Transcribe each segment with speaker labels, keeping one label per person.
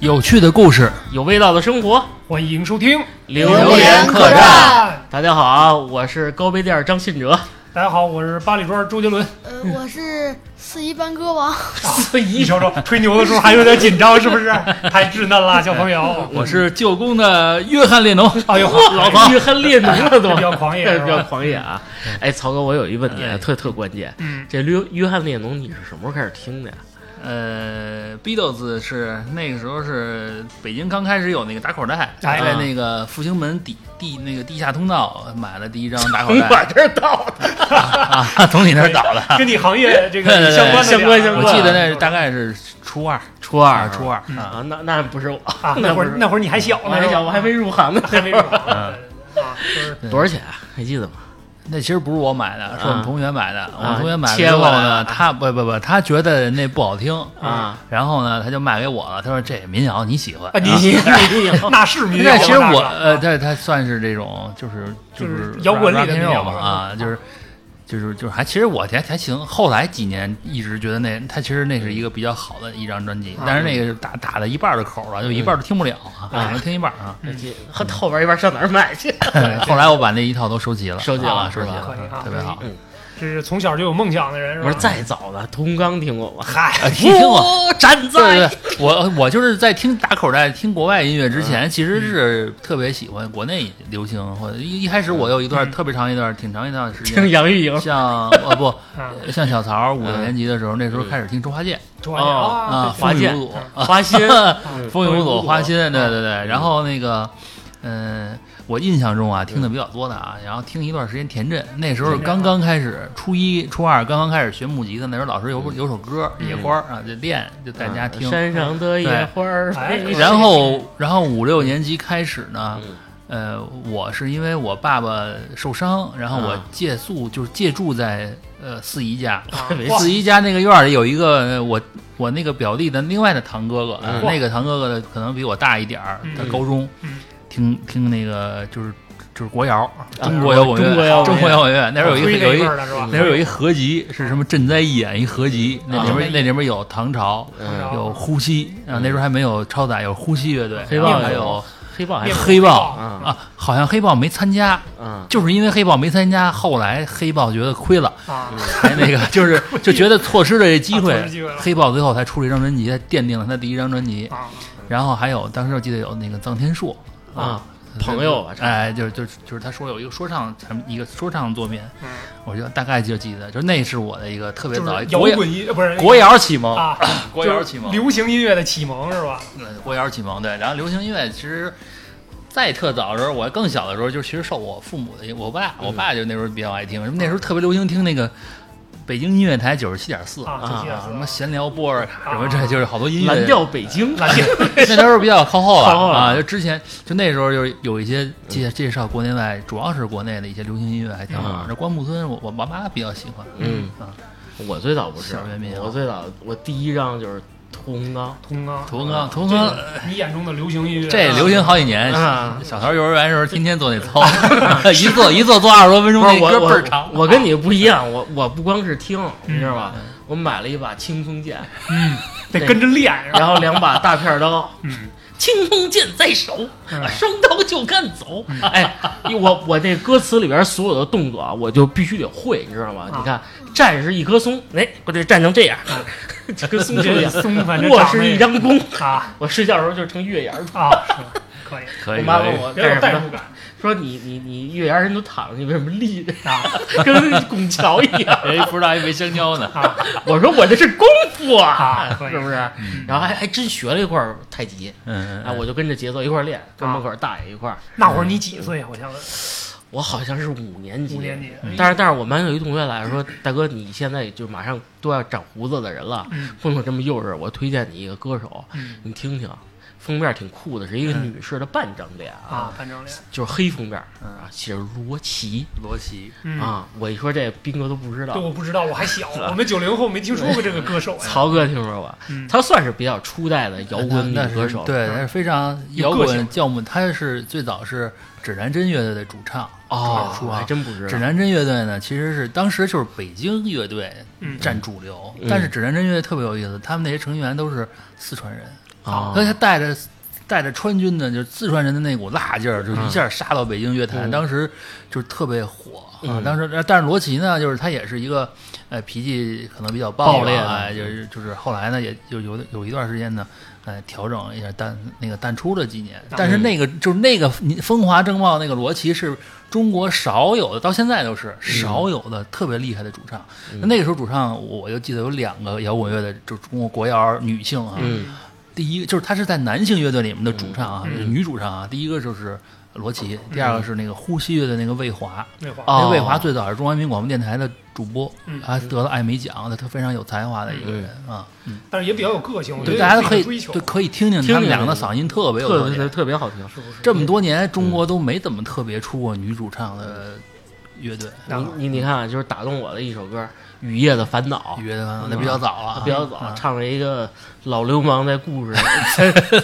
Speaker 1: 有趣的故事，
Speaker 2: 有味道的生活，
Speaker 3: 欢迎收听。
Speaker 2: 榴
Speaker 4: 榴莲客栈
Speaker 2: 大家好啊，我是高碑店张信哲，
Speaker 3: 大家好，我是八里庄周杰伦。
Speaker 4: 呃，我是四一班歌王，
Speaker 2: 四
Speaker 3: 你
Speaker 2: 一
Speaker 3: 瞅瞅，吹牛的时候还有点紧张，是不 是？太稚嫩了，小朋友。
Speaker 1: 我是舅公的约翰列侬。
Speaker 3: 哎呦，
Speaker 2: 老黄约翰列侬了都
Speaker 3: 比，较狂野，是
Speaker 2: 比较
Speaker 3: 吧？
Speaker 2: 狂野啊！ 哎，曹哥，我有一问题啊，
Speaker 1: 哎
Speaker 2: 特特关键，
Speaker 3: 嗯，
Speaker 2: 这约约翰列侬你是什么时候开始听 的呀？
Speaker 5: 呃，Beatles 是那个时候是北京刚开始有那个打口袋，
Speaker 3: 哎
Speaker 5: 在那个复兴门底地那个地下通道买了第一张打口
Speaker 2: 从
Speaker 5: 袋
Speaker 2: 我这儿到的，
Speaker 5: 啊， 从你那儿倒的。
Speaker 3: 跟你行业这个
Speaker 5: 对对对
Speaker 3: 相关的
Speaker 2: 相关相
Speaker 5: 我
Speaker 2: 关
Speaker 5: 记得那是大概是初二，
Speaker 2: 初二
Speaker 5: 初二
Speaker 3: 嗯
Speaker 5: 啊，
Speaker 2: 啊，那 那不是我，
Speaker 3: 啊，那会儿那会儿你还小
Speaker 2: 我
Speaker 3: 呢，
Speaker 2: 还想我还没入行呢，
Speaker 3: 还没啊，就是
Speaker 5: 对
Speaker 2: 多少钱啊？还记得吗？
Speaker 5: 那其实不是我买的，是我
Speaker 2: 啊
Speaker 5: 们同学买的。我
Speaker 2: 啊
Speaker 5: 们同学买了
Speaker 2: 切
Speaker 5: 之后
Speaker 2: 过来
Speaker 5: 呢，
Speaker 2: 了
Speaker 5: 他不不不，他觉得那不好听
Speaker 2: 啊，
Speaker 5: 然后呢，他就卖给我了。他说这民谣你喜欢
Speaker 3: 啊，，你
Speaker 2: 哎 呦
Speaker 3: 那是民
Speaker 5: 那
Speaker 3: 谣啊。
Speaker 5: 其实我
Speaker 3: 那是
Speaker 5: 呃，但是他算是这种，就是
Speaker 3: 就是
Speaker 5: 是
Speaker 3: 摇滚里的
Speaker 5: rock and
Speaker 3: 民谣
Speaker 5: roll 嘛
Speaker 3: 啊
Speaker 5: 啊，就是就是就是还其实我还还行。后来几年一直觉得那他其实那是一个比较好的一张专辑
Speaker 3: 啊，
Speaker 5: 但是那个是打打了一半的口儿啊，就一半儿都听不了啊，
Speaker 3: 嗯
Speaker 5: 只能听一半儿啊。
Speaker 2: 这和后边一边上哪儿买 去？
Speaker 3: 嗯
Speaker 5: 后来我把那一套都收集了，
Speaker 2: 收集了
Speaker 5: 啊
Speaker 2: 是
Speaker 5: 收
Speaker 2: 吧
Speaker 5: 集了
Speaker 3: 可以啊，
Speaker 5: 特别好。
Speaker 3: 这是从小就有梦想的人，是
Speaker 2: 我
Speaker 3: 吧
Speaker 2: 说？再早的屠洪刚听过吗？
Speaker 3: 嗨，
Speaker 5: 啊，你听过？
Speaker 2: 我站
Speaker 5: 对对
Speaker 2: 在
Speaker 5: 对，我我就是在听打口袋、听国外音乐之
Speaker 3: 嗯
Speaker 5: 前，其实是特别喜欢国内流行，或者一一开始我有一
Speaker 3: 嗯
Speaker 5: 段特别长一段、挺长一段时间
Speaker 2: 听杨钰 莹，
Speaker 5: 像呃不，
Speaker 3: 啊，
Speaker 5: 呃像小曹五六年级的时候，那时候开始听周华健
Speaker 3: 中
Speaker 2: 哦
Speaker 5: 啊，
Speaker 3: 啊，
Speaker 5: 华健
Speaker 2: 风雨无
Speaker 5: 组
Speaker 2: 花心，
Speaker 5: 风
Speaker 2: 嗯
Speaker 3: 风雨
Speaker 5: 雨
Speaker 3: 无
Speaker 5: 无
Speaker 3: 阻
Speaker 5: 阻、花心，对对对。然后那个，嗯，我印象中啊，听的比较多的啊，然后听一段时间田震，那时候刚刚开始，初一、初二刚刚开始学木吉的，那时候老师有有首歌《野花》啊，就练，就在家听。
Speaker 2: 嗯山上的野花儿
Speaker 3: 哎
Speaker 2: 飞
Speaker 5: 然后，然后五六年级开始呢，呃，我是因为我爸爸受伤，然后我
Speaker 2: 啊
Speaker 5: 借宿，就是借住在呃四姨家。
Speaker 3: 啊
Speaker 2: 哇
Speaker 5: 四姨家那个院儿里有一个呃我我那个表弟的另外的堂哥哥，
Speaker 2: 嗯
Speaker 5: 呃那个堂哥哥的可能比我大一点儿，他
Speaker 3: 嗯
Speaker 5: 高中
Speaker 3: 嗯
Speaker 5: 听听那个就是就是国摇，
Speaker 2: 啊
Speaker 5: 中国摇滚
Speaker 2: 中国
Speaker 5: 乐，
Speaker 2: 摇滚乐哦
Speaker 5: 中国摇滚乐，那时候有一
Speaker 3: 推
Speaker 5: 个有
Speaker 3: 那
Speaker 5: 一嗯
Speaker 3: 辈儿的是吧？
Speaker 5: 那时候有一合集是什么赈灾义演一合集，那里
Speaker 2: 啊
Speaker 5: 面那里面有唐朝，
Speaker 2: 嗯
Speaker 3: 啊
Speaker 5: 有呼吸啊，那时候还没有超载，有呼吸乐队，
Speaker 2: 黑
Speaker 5: 然后
Speaker 2: 豹
Speaker 5: 还
Speaker 2: 有
Speaker 5: 有
Speaker 2: 黑豹还
Speaker 3: 面
Speaker 2: 是
Speaker 3: 部
Speaker 5: 黑豹
Speaker 2: 啊
Speaker 5: 啊，好像黑豹没参加，
Speaker 2: 啊，
Speaker 5: 就是因为黑豹没参加，后来黑豹觉得亏了，
Speaker 3: 啊，
Speaker 5: 才哎那个 就是就觉得错失了这机
Speaker 3: 啊
Speaker 5: 会
Speaker 3: 错失机会了。
Speaker 5: 黑豹最后才出了一张专辑，才奠定了他第一张专辑。
Speaker 3: 啊，
Speaker 5: 然后还有当时我记得有那个臧天朔
Speaker 2: 啊，朋友啊，
Speaker 5: 嗯哎，就是就是就是他说有一个说唱产一个说唱作品，
Speaker 3: 嗯
Speaker 5: 我就大概就记得，就是那是我的一个特别
Speaker 3: 就
Speaker 5: 早
Speaker 3: 是摇
Speaker 5: 国
Speaker 3: 滚音不是
Speaker 5: 国谣启蒙，
Speaker 3: 啊，
Speaker 5: 国谣启蒙
Speaker 3: 就是流行音乐的启蒙是吧？
Speaker 5: 呃，国谣启蒙对，然后流行音乐其实。再特早的时候，我更小的时候，就其实受我父母的影，我爸，我爸就那时候比较爱听，什么那时候特别流行听那个北京音乐台九十七点四
Speaker 3: 啊，九七点四
Speaker 5: 什么 闲聊波尔卡什么，这就是好多音乐。
Speaker 2: 蓝调北京，蓝调
Speaker 5: 那时候比较靠后了
Speaker 2: 靠后了
Speaker 5: 啊，就之前就那时候就是有一些介介绍国内外，主要是国内的一些流行音乐还挺好
Speaker 2: 嗯。
Speaker 5: 那关牧村，我我我妈比较喜欢，
Speaker 2: 嗯
Speaker 5: 啊，
Speaker 2: 我最早不是
Speaker 5: 小人民，啊谣
Speaker 2: 我最早我第一张就是屠洪刚，
Speaker 3: 童刚，
Speaker 5: 屠洪刚，屠洪刚
Speaker 3: 这你眼中的流行音乐，
Speaker 5: 这流行好几年
Speaker 2: 啊，
Speaker 5: 小时候幼儿园的时候天天做那 操，一坐一坐坐二十多分钟，
Speaker 2: 不是
Speaker 5: 那
Speaker 2: 我
Speaker 5: 歌倍儿
Speaker 2: 我
Speaker 5: 长。啊嗯
Speaker 2: 我跟你不一样，我我不光是听，你知道吧？我买了一把青松剑，
Speaker 3: 啊得跟着练是吧？
Speaker 2: 然后两把大片刀，
Speaker 3: 嗯，
Speaker 2: 青松剑在手，
Speaker 3: 嗯
Speaker 2: 啊双刀就干走。哎，我我这歌词里边所有的动作啊，我就必须得会，你知道吗？
Speaker 3: 啊
Speaker 2: 你看，站是一棵松，哎，我得站成这样，就跟松这
Speaker 3: 这
Speaker 2: 样。
Speaker 3: 松反正
Speaker 2: 卧
Speaker 3: 长得
Speaker 2: 是
Speaker 3: 也
Speaker 2: 一张弓，
Speaker 3: 啊
Speaker 2: 我睡觉的时候就成月牙儿。
Speaker 3: 啊，是可以，
Speaker 5: 可
Speaker 2: 我
Speaker 5: 以
Speaker 2: 妈
Speaker 5: 可以
Speaker 2: 问，我
Speaker 3: 有点
Speaker 2: 干
Speaker 3: 代
Speaker 2: 什
Speaker 3: 入
Speaker 2: 么，
Speaker 3: 感
Speaker 2: 说你你你月牙儿人都躺着，你为什么立着，
Speaker 3: 啊
Speaker 2: 跟拱桥一样？
Speaker 5: 人不知道一没香蕉呢。
Speaker 3: 啊
Speaker 2: 我说我这是功夫啊，
Speaker 3: 啊可以
Speaker 2: 是不是？然后还还真学了一块儿太极，
Speaker 5: 嗯，
Speaker 2: 哎，我就跟着节奏一块儿练，跟
Speaker 3: 啊
Speaker 2: 门口大爷一块儿。
Speaker 3: 那会儿你几岁？啊我想问，
Speaker 2: 我好像是五年级，
Speaker 3: 五年级
Speaker 2: 但是但是我们班有一同学来说，大哥，你现在就马上都要长胡子的人了，
Speaker 3: 嗯
Speaker 2: 混混这么幼稚，我推荐你一个歌手，
Speaker 3: 嗯
Speaker 2: 你听听。封面挺酷的，是一个女士的半张脸啊，
Speaker 3: 啊，反正练，
Speaker 2: 就是黑封面啊，写着罗琦
Speaker 5: 罗琦，
Speaker 3: 嗯，
Speaker 2: 啊。我一说这，斌哥都不知道
Speaker 3: 对，。我不知道，我还小，我们九零后没听说过这个歌手呀，
Speaker 2: 曹哥听说过
Speaker 3: 嗯，
Speaker 2: 他算是比较初代的摇滚女
Speaker 5: 那是
Speaker 2: 歌手，
Speaker 5: 对，他是非常
Speaker 3: 有
Speaker 5: 摇
Speaker 3: 个性
Speaker 5: 滚教母，他是最早是指南针乐队的主唱
Speaker 2: 哦，
Speaker 5: 主啊
Speaker 2: 我还
Speaker 5: 唱。
Speaker 2: 真不知
Speaker 5: 指
Speaker 2: 道。
Speaker 5: 南针乐队呢，其实是当时就是北京乐队
Speaker 3: 嗯
Speaker 5: 占主流，
Speaker 2: 嗯
Speaker 5: 但是指南针乐队特别有意思，他们那些成员都是四川人，所以他带着带着川军的，就是四川人的那股辣劲儿，就一下杀到北京乐坛，当时就是特别火啊。当时，但是罗琦呢，就是他也是一个，呃，脾气可能比较
Speaker 2: 暴烈的
Speaker 5: 啊，就是就是后来呢，也就有有一段时间呢，呃，调整一下淡那个淡出了几年，
Speaker 2: 嗯
Speaker 5: 但是那个就是那个风华正茂那个罗琦是。中国少有的，到现在都是少有的特别厉害的主唱。那个时候主唱，我就记得有两个摇滚乐的，就是中国国摇女性啊，
Speaker 2: 嗯
Speaker 5: 第一个就是她是在男性乐队里面的主唱啊，女主唱啊。第一个就是罗琦，第二个是那个呼吸乐队那个魏华，
Speaker 3: 那会儿
Speaker 2: 哦
Speaker 5: 那魏华最早是中央人民广播电台的主播
Speaker 3: 嗯，
Speaker 5: 还得了艾美奖，他非常有才华的一
Speaker 2: 嗯
Speaker 5: 个人啊。
Speaker 3: 但是也比较有个性，我觉
Speaker 5: 对，
Speaker 3: 得
Speaker 5: 大家都可以
Speaker 3: 有自己的追
Speaker 5: 对
Speaker 3: 求。
Speaker 5: 可以听听他
Speaker 2: 听
Speaker 5: 们
Speaker 2: 听
Speaker 5: 两个的嗓音特别有
Speaker 2: 特
Speaker 5: 特
Speaker 2: 别
Speaker 5: 点。
Speaker 2: 特别好听，是不是？
Speaker 5: 这么多年，中国都没怎么特别出过女主唱的乐队，
Speaker 2: 你你你看啊，就是打动我的一首歌《雨夜的烦恼》，
Speaker 5: 乐队那比较早了啊，
Speaker 2: 哦嗯比较早，唱了一个老流氓的故 事，啊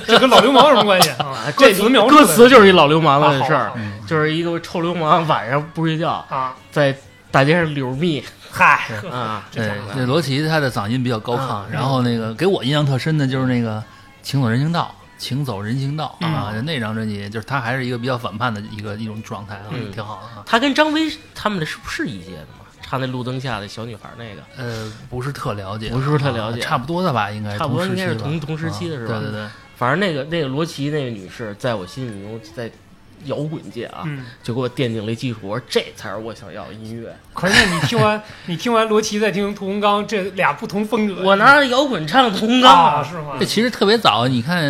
Speaker 3: 这跟老流氓有什么关系？啊
Speaker 2: 这
Speaker 3: 歌词描述
Speaker 2: 歌
Speaker 3: 的
Speaker 2: 词就是一老流氓的事
Speaker 3: 啊
Speaker 2: 儿，
Speaker 3: 好
Speaker 5: 嗯
Speaker 2: 就是一个臭流氓晚上不睡觉，
Speaker 3: 啊，
Speaker 2: 在大街上溜 蜜
Speaker 3: 嗨，
Speaker 2: 啊，
Speaker 3: 这
Speaker 5: 对
Speaker 3: 家伙，
Speaker 5: 这罗琦他的嗓音比较高
Speaker 2: 啊
Speaker 5: 亢，然后那个给我印象特深的就是那个《请走人行道》，《请走人行道》
Speaker 2: 嗯
Speaker 5: 啊，就那张专辑，就是他还是一个比较反叛的一个一种状态啊，
Speaker 2: 嗯
Speaker 5: 挺好的啊。
Speaker 2: 他跟张薇他们的是不是一届的嘛？唱那路灯下的小女孩那个，
Speaker 5: 呃，不是特了解，
Speaker 2: 不是特了解
Speaker 5: 啊差不多的吧，应该
Speaker 2: 差不多应该是
Speaker 5: 同
Speaker 2: 同同时期的是吧
Speaker 5: 啊对对对，
Speaker 2: 反正那个那个罗琦那个女士，在我心目中在摇滚界啊，
Speaker 3: 嗯，
Speaker 2: 就给我奠定了基础。我说这才是我想要的音乐。
Speaker 3: 可是你 听完你听完罗琦，再听屠洪刚，这俩不同风格。
Speaker 2: 我拿摇滚唱《同
Speaker 3: 啊，
Speaker 2: 纲》，
Speaker 3: 是吗
Speaker 5: 这？其实特别早，你看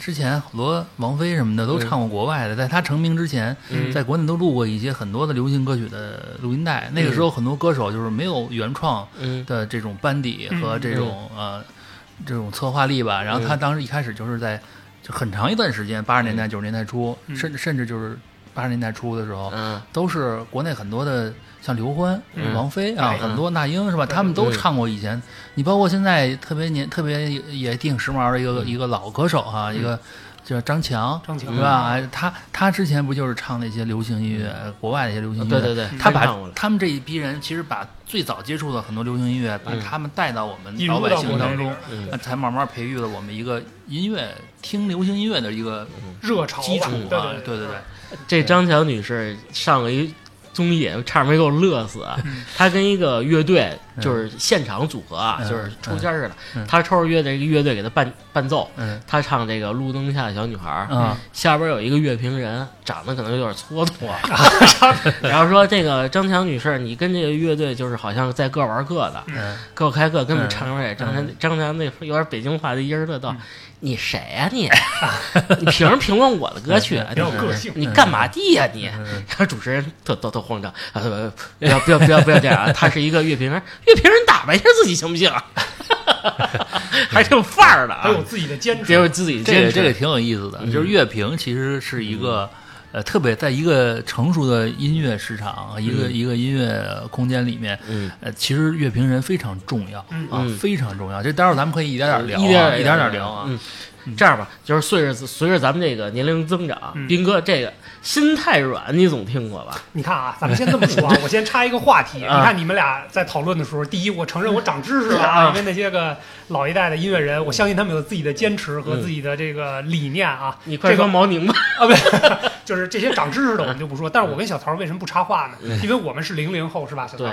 Speaker 5: 之前好多王菲什么的都唱过国外的，在她成名之前，
Speaker 2: 嗯
Speaker 5: 在国内都录过一些很多的流行歌曲的录音带。那个时候很多歌手就是没有原创
Speaker 2: 嗯
Speaker 5: 的这种班底和这种呃这种策划力吧。然后他当时一开始就是在就很长一段时间，八十年
Speaker 2: 嗯
Speaker 5: 代九十年代初，甚甚至就是八十年代初的时候，
Speaker 2: 嗯
Speaker 5: 都是国内很多的，像刘欢、
Speaker 2: 嗯
Speaker 5: 王菲啊，
Speaker 3: 哎
Speaker 5: 很多那英是吧？他们都唱过以前，你包括现在特别年特别也也挺时髦的一
Speaker 2: 嗯
Speaker 5: 个一个老歌手哈，一个叫张强，
Speaker 3: 张强
Speaker 5: 是
Speaker 2: 嗯
Speaker 5: 吧？哎他他之前不就是唱那些流行音乐，国外的一些
Speaker 3: 嗯
Speaker 5: 流行音乐？
Speaker 2: 对对对
Speaker 5: 他
Speaker 2: 真
Speaker 5: 把
Speaker 2: 唱过了
Speaker 5: 他们这一批人其实把最早接触的很多流行音乐，把
Speaker 2: 嗯
Speaker 5: 他们带到我们
Speaker 3: 引
Speaker 5: 老
Speaker 3: 入
Speaker 5: 百
Speaker 3: 到
Speaker 5: 姓
Speaker 3: 国
Speaker 5: 当
Speaker 3: 内
Speaker 5: 中，
Speaker 2: 嗯
Speaker 5: 那才慢慢培育了我们一个音乐听流行音乐的一个
Speaker 3: 热潮吧
Speaker 5: 基础
Speaker 3: 对
Speaker 5: 啊，
Speaker 3: 对
Speaker 5: 对对对。
Speaker 2: 这张强女士上了一综艺，差点没给我乐死。啊
Speaker 5: 嗯
Speaker 2: 她跟一个乐队就是现场组合啊，
Speaker 5: 嗯
Speaker 2: 就是抽签似
Speaker 5: 嗯
Speaker 2: 的，她抽着乐队一个乐队给她伴伴奏
Speaker 5: 嗯，
Speaker 2: 她唱这个《路灯下的小女孩》
Speaker 5: 嗯，
Speaker 2: 下边有一个乐评人，长得可能有点 搓动啊，然后说这个张强女士，你跟这个乐队就是好像在各玩各的，
Speaker 5: 嗯
Speaker 2: 各开各，根本
Speaker 5: 嗯
Speaker 2: 唱不出来。张强张强那有点北京话的音儿的道，你谁呀 你？你凭什么评论我的歌曲啊？
Speaker 5: 嗯
Speaker 3: 比较
Speaker 2: 你
Speaker 3: 有个性
Speaker 2: 你干嘛地呀你？然后主持人特特特慌张，啊不要不要不要不要这样啊！他是一个乐评人，乐评人打扮一下自己行 不行？ 还挺有范儿的啊
Speaker 3: 还，有自己的 坚
Speaker 2: 得有
Speaker 3: 持。
Speaker 2: 自己
Speaker 5: 这
Speaker 2: 坚
Speaker 5: 个
Speaker 2: 持
Speaker 5: 这个挺有意思的，
Speaker 2: 嗯
Speaker 5: 就是乐评其实是一个。呃，特别在一个成熟的音乐市场，一个一个音乐空间里面，
Speaker 2: 嗯
Speaker 5: 呃，其实乐评人非常重要
Speaker 3: 嗯
Speaker 5: 啊
Speaker 2: 嗯，
Speaker 5: 非常重要。这待会儿咱们可以一点点聊啊，
Speaker 2: 一
Speaker 5: 一
Speaker 2: 点
Speaker 5: 点点聊啊。
Speaker 2: 嗯，这样吧，就是随着随着咱们这个年龄增长，
Speaker 3: 嗯
Speaker 2: 斌哥这个心太软，你总听过吧？
Speaker 3: 你看啊，咱们先这 么说啊，我先插一个话题。你
Speaker 2: 啊
Speaker 3: 看你们俩在讨论的时候，第一，我承认我长知识了
Speaker 2: 啊
Speaker 3: 啊，因为那些个老一代的音乐人，我相信他们有自己的坚持
Speaker 5: 嗯
Speaker 3: 和自己的这个理念啊。
Speaker 2: 你快说
Speaker 3: 这个
Speaker 2: 毛 宁吧。
Speaker 3: 啊，不是，就是这些长知识的我们就不说。但是我跟小曹为什么不插话呢？
Speaker 5: 嗯
Speaker 3: 因为我们是零零后，是吧，小曹
Speaker 2: 对？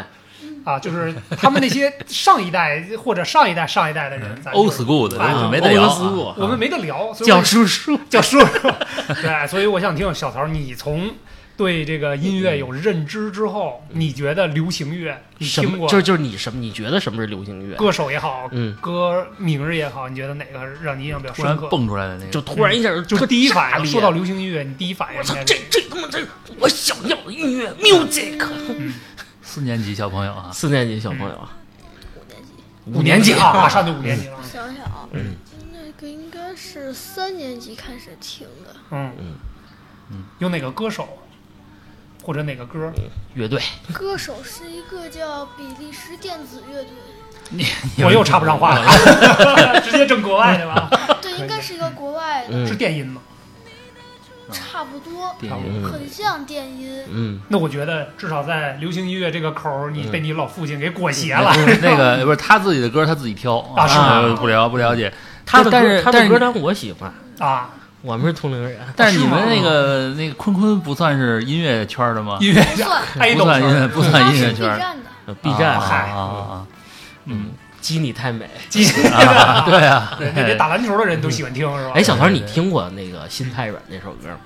Speaker 3: 啊，就是他们那些上一代或者上一代上一代的
Speaker 2: 嗯
Speaker 3: 人咱
Speaker 5: Old
Speaker 3: 就是
Speaker 5: school 的，
Speaker 3: 哎
Speaker 5: 这
Speaker 2: 啊
Speaker 5: 没得聊
Speaker 2: 欧文斯
Speaker 5: 啊。
Speaker 2: 路
Speaker 3: 我们没得聊，所以
Speaker 2: 叫
Speaker 3: 我
Speaker 2: 叔叔，
Speaker 3: 叫叔叔。对，所以我想听小曹，你从对这个音乐有认知之后，你觉得流行乐 你
Speaker 2: 什
Speaker 3: 听
Speaker 2: 么？
Speaker 3: 过
Speaker 2: 就是就是你什么？你觉得什么是流行乐？
Speaker 3: 歌手也好，
Speaker 2: 嗯
Speaker 3: 歌名儿也好，你觉得哪个让你印象比较
Speaker 5: 突然
Speaker 3: 深刻？
Speaker 5: 蹦出来的那
Speaker 2: 就
Speaker 5: 个，
Speaker 2: 突然一下就
Speaker 3: 就是
Speaker 2: 特
Speaker 3: 第一反
Speaker 2: 炸
Speaker 3: 应，
Speaker 2: 裂
Speaker 3: 说到流行音乐，你第一反应
Speaker 2: 我
Speaker 3: 应
Speaker 2: 操
Speaker 3: 该，
Speaker 2: 这
Speaker 3: 是
Speaker 2: 这他妈这是我想要的音乐 music。
Speaker 5: 四年级小朋友啊，
Speaker 2: 四年级小朋友
Speaker 3: 嗯
Speaker 2: 啊，
Speaker 3: 五
Speaker 2: 五年级
Speaker 3: 啊，马上就五年级了。
Speaker 4: 想想啊，那个应该是三年级开始听的，
Speaker 3: 嗯
Speaker 5: 嗯
Speaker 3: 有哪个歌手或者哪个歌？
Speaker 2: 乐队，
Speaker 4: 歌手是一个叫比利时电子乐队，
Speaker 5: 你
Speaker 3: 我又插不上话了， 直接挣国外去了。
Speaker 4: 对，应该是一个国外的，
Speaker 2: 嗯
Speaker 3: 是电音吗？
Speaker 4: 差不多，
Speaker 5: 电影
Speaker 4: 很像电音。
Speaker 2: 嗯，
Speaker 3: 那我觉得至少在流行音乐这个口儿，你被你嗯
Speaker 5: 嗯
Speaker 3: 老父亲给裹挟了。
Speaker 5: 那个不是他自己的歌，他自己挑
Speaker 3: 啊是吗
Speaker 5: 不了不了解。
Speaker 2: 他的
Speaker 5: 但是
Speaker 2: 歌，他
Speaker 5: 但
Speaker 2: 的
Speaker 5: 是
Speaker 2: 歌单我喜欢，
Speaker 3: 啊，
Speaker 2: 我们是同龄人。
Speaker 5: 但是你们
Speaker 3: 是吗
Speaker 5: 那个那个坤坤不算是音乐圈儿的吗？
Speaker 1: 音乐
Speaker 4: 不算，
Speaker 3: 爱
Speaker 5: 不
Speaker 3: 豆
Speaker 5: 算音
Speaker 3: 圈
Speaker 5: 乐，
Speaker 3: 儿
Speaker 5: 不算音乐
Speaker 4: B
Speaker 5: 圈儿。
Speaker 4: 站的，
Speaker 2: 呃 B 站
Speaker 5: 啊
Speaker 3: 嗨
Speaker 5: 啊啊！
Speaker 2: 嗯，鸡你太美。
Speaker 3: 机器人啊，
Speaker 5: 对啊，
Speaker 3: 对那连打篮球的人都喜欢听是吧？
Speaker 2: 哎，小桃，你
Speaker 5: 对对
Speaker 2: 听过那个《心太软》那首歌吗？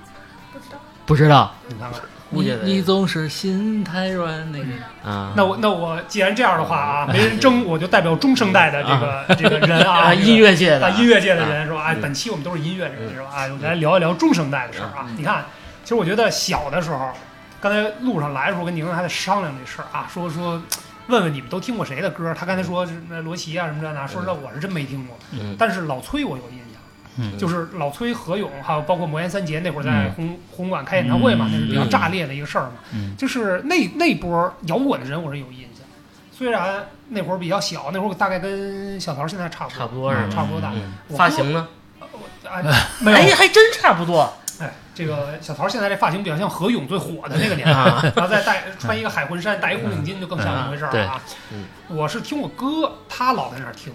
Speaker 4: 不知道。
Speaker 2: 不知道
Speaker 3: 你看看，
Speaker 2: 估计
Speaker 5: 你
Speaker 2: 得
Speaker 5: 你总是心太软那个。
Speaker 3: 嗯
Speaker 2: 啊？
Speaker 3: 那我那我既然这样的话啊，没人争，我就代表中生代的这个这个人 啊，
Speaker 2: 啊，
Speaker 3: 这个
Speaker 2: 音乐界
Speaker 3: 啊，
Speaker 2: 的
Speaker 3: 音乐界的人是吧？哎，
Speaker 2: 嗯
Speaker 3: 本期我们都是音乐人是吧？哎，我们来聊一聊中生代的事儿啊。
Speaker 2: 嗯
Speaker 3: 你看，其实我觉得小的时候，刚才路上来的时候跟宁宁还在商量这事儿啊，说说问问你们都听过谁的歌儿。他刚才说就是那罗琦啊什么这那，说实在我是真没听过，
Speaker 2: 嗯
Speaker 3: 但是老崔我有印象。
Speaker 5: 嗯
Speaker 3: 就是老崔、何勇，还有包括魔岩三杰那会儿在
Speaker 5: 嗯
Speaker 3: 红、红馆开演唱会嘛，那是比较
Speaker 2: 嗯
Speaker 3: 炸裂的一个事儿嘛。
Speaker 5: 嗯
Speaker 3: 就是那那波摇滚的人，我是有印象。虽然那会儿比较小，那会儿大概跟小桃现在差不多，
Speaker 2: 差不多是吧
Speaker 3: 差不多大。
Speaker 2: 嗯
Speaker 3: 我
Speaker 2: 发型呢？
Speaker 3: 哎，没有，
Speaker 2: 哎，还真差不多。
Speaker 3: 哎，这个小桃现在这发型比较像何勇最火的那个年
Speaker 2: 啊
Speaker 3: 代，然后再戴穿一个海魂衫，戴一红领巾就更像一回事儿了啊
Speaker 2: 嗯。
Speaker 3: 我是听我哥，他老在那儿听，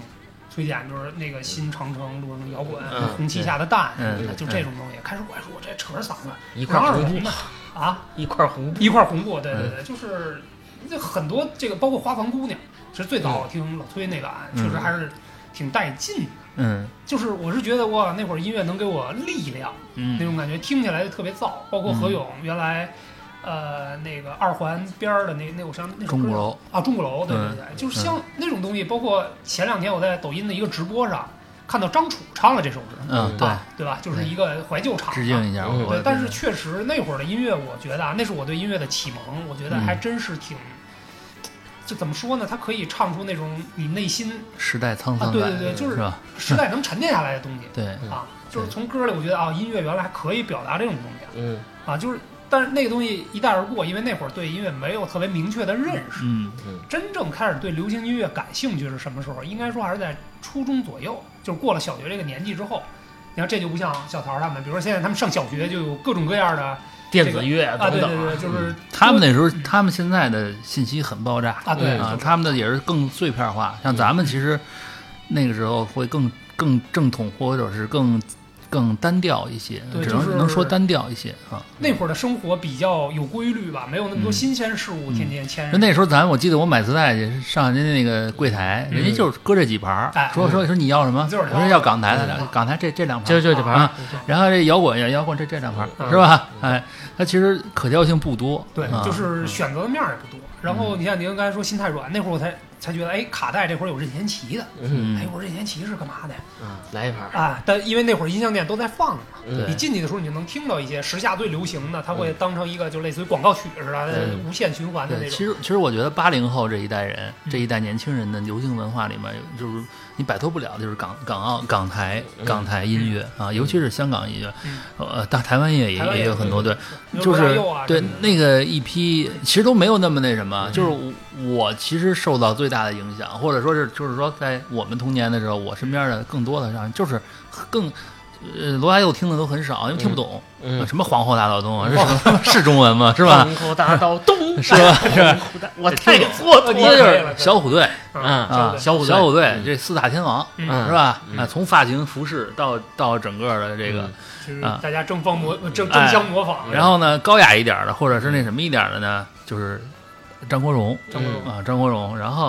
Speaker 3: 推荐就是那个新长城路上摇滚
Speaker 2: 嗯，
Speaker 3: 红旗下的蛋
Speaker 5: 嗯，
Speaker 3: 就这种东西。开始我还说我这扯着嗓子，
Speaker 2: 一块
Speaker 3: 哪
Speaker 2: 儿
Speaker 3: 耳
Speaker 2: 红
Speaker 3: 聋
Speaker 2: 布嗯
Speaker 3: 呢，啊，
Speaker 2: 一块儿红布。
Speaker 3: 一块红布，对对对，就是这很多这个包括花房姑娘，其实最
Speaker 2: 嗯
Speaker 3: 早听老崔那版，啊确实还是挺带劲的。
Speaker 5: 嗯
Speaker 3: 就是我是觉得哇，那会儿音乐能给我力量。那
Speaker 5: 嗯
Speaker 3: 种感觉，听起来就特别燥。包括何勇原来，呃，那个二环边儿的那那我想那首
Speaker 5: 钟
Speaker 3: 歌
Speaker 5: 鼓
Speaker 3: 叫
Speaker 5: 楼嗯
Speaker 3: 啊，钟鼓楼，对对对，就是像那种东西。包括前两天我在抖音的一个直播上看到张楚唱了这首歌，
Speaker 5: 嗯，对，
Speaker 3: 啊对吧？就是一个怀旧场、啊，
Speaker 5: 致敬一下。
Speaker 2: 嗯
Speaker 5: 我
Speaker 3: 对，但是确实那会儿的音乐，我觉得啊，那是我对音乐的启蒙。我觉得
Speaker 5: 嗯
Speaker 3: 还真是挺，就怎么说呢？它可以唱出那种你内心
Speaker 5: 时代沧
Speaker 3: 啊
Speaker 5: 桑
Speaker 3: 对
Speaker 5: 感，
Speaker 3: 对对就是
Speaker 5: 是吧？
Speaker 3: 时代能沉淀下来的东西
Speaker 5: 对，
Speaker 2: 嗯
Speaker 3: 啊。就是从歌里，我觉得啊，音乐原来还可以表达这种东西啊。
Speaker 2: 嗯
Speaker 3: 啊，就是，但是那个东西一带而过，因为那会儿对音乐没有特别明确的认识。
Speaker 5: 嗯
Speaker 3: 真正开始对流行音乐感兴趣是什么时候？应该说还是在初中左右，就是过了小学这个年纪之后。你看，这就不像小桃儿他们，比如说现在他们上小学就有各种各样的
Speaker 2: 电子乐
Speaker 3: 啊，
Speaker 2: 等
Speaker 3: 对对
Speaker 2: 等嗯
Speaker 3: 对，就是
Speaker 5: 嗯他们那时候，他们现在的信息很爆炸
Speaker 3: 啊，对
Speaker 2: 嗯
Speaker 5: 啊，他们的也是更碎片化。像咱们其实那个时候会更更正统，或者是更更单调一些，
Speaker 3: 对
Speaker 5: 只
Speaker 3: 就
Speaker 5: 能
Speaker 3: 是
Speaker 5: 能说单调一些啊。
Speaker 3: 那会儿的生活比较有规律吧，没有那么多新鲜事物天天牵
Speaker 5: 嗯就
Speaker 3: 着。
Speaker 5: 那时候咱我记得我买磁带去上人家那个柜台，人家就是搁这几盘儿
Speaker 3: 嗯哎，
Speaker 5: 说说说你要什么？
Speaker 3: 就是
Speaker 5: 我说要港台
Speaker 3: 嗯
Speaker 5: 的，哎港台这这两盘儿，
Speaker 2: 就就这玩意
Speaker 5: 啊
Speaker 2: 儿。
Speaker 5: 然后这摇滚也摇滚这这两盘
Speaker 2: 嗯
Speaker 5: 儿是吧？哎，它其实可调性不多，
Speaker 3: 对
Speaker 5: 啊，嗯
Speaker 3: 就是选择的面儿也不多。然后你像您刚才说心太软，那会儿我才才觉得，哎，卡带这会儿有任贤齐的，
Speaker 2: 嗯
Speaker 3: 哎
Speaker 5: 嗯，，
Speaker 3: 我说任贤齐是干嘛的呀？
Speaker 2: 啊，来一盘儿。
Speaker 3: 啊，但因为那会儿音像店都在放嘛，
Speaker 2: 嗯
Speaker 3: 你进去的时候你就能听到一些时下最流行的，它会当成一个就类似于广告曲似的，
Speaker 2: 嗯
Speaker 3: 无限循环的
Speaker 5: 对，
Speaker 3: 啊那
Speaker 5: 其
Speaker 3: 种。
Speaker 5: 实其实我觉得八零后这一代人，
Speaker 3: 嗯
Speaker 5: 这一代年轻人的流行文化里面，有就是你摆脱不了，就是港港澳港台
Speaker 2: 嗯
Speaker 5: 港台音乐啊，尤其是香港音乐
Speaker 3: 嗯，
Speaker 5: 呃，大台湾音乐
Speaker 3: 台湾
Speaker 5: 也
Speaker 3: 也
Speaker 5: 也有很多对，
Speaker 3: 比如
Speaker 5: 就
Speaker 3: 罗大
Speaker 5: 是
Speaker 3: 佑啊
Speaker 5: 对
Speaker 3: 什么的嗯
Speaker 5: 那个一批，其实都没有那么那什么。就是我我其实受到最大的影响，或者说是就是说，在我们童年的时候，我身边的更多的上就是更。呃，罗大佑听的都很少，因为听不懂，
Speaker 2: 嗯，
Speaker 5: 什么皇后大道东 啊，是什么是中文吗？是吧？
Speaker 2: 龙口大道东，哎
Speaker 5: 是吧？是吧？
Speaker 2: 我太蹉跎
Speaker 3: 你
Speaker 5: 一
Speaker 3: 也
Speaker 5: 就
Speaker 2: 了。
Speaker 3: 是
Speaker 5: 是小虎队
Speaker 2: 嗯
Speaker 5: 啊，
Speaker 2: 小虎队
Speaker 5: 小虎队
Speaker 2: 嗯
Speaker 5: 这四大天王
Speaker 3: 嗯，
Speaker 5: 是吧？
Speaker 2: 嗯
Speaker 5: 啊，从发型、服饰到到整个的这个
Speaker 2: 嗯，
Speaker 3: 就是
Speaker 5: 啊
Speaker 3: 大家争方模争
Speaker 5: 哎
Speaker 3: 争相模仿。
Speaker 5: 然后呢，高雅一点儿的，或者是那什么一点儿的呢，就是张国荣
Speaker 3: 争不
Speaker 5: 啊，张国荣，然后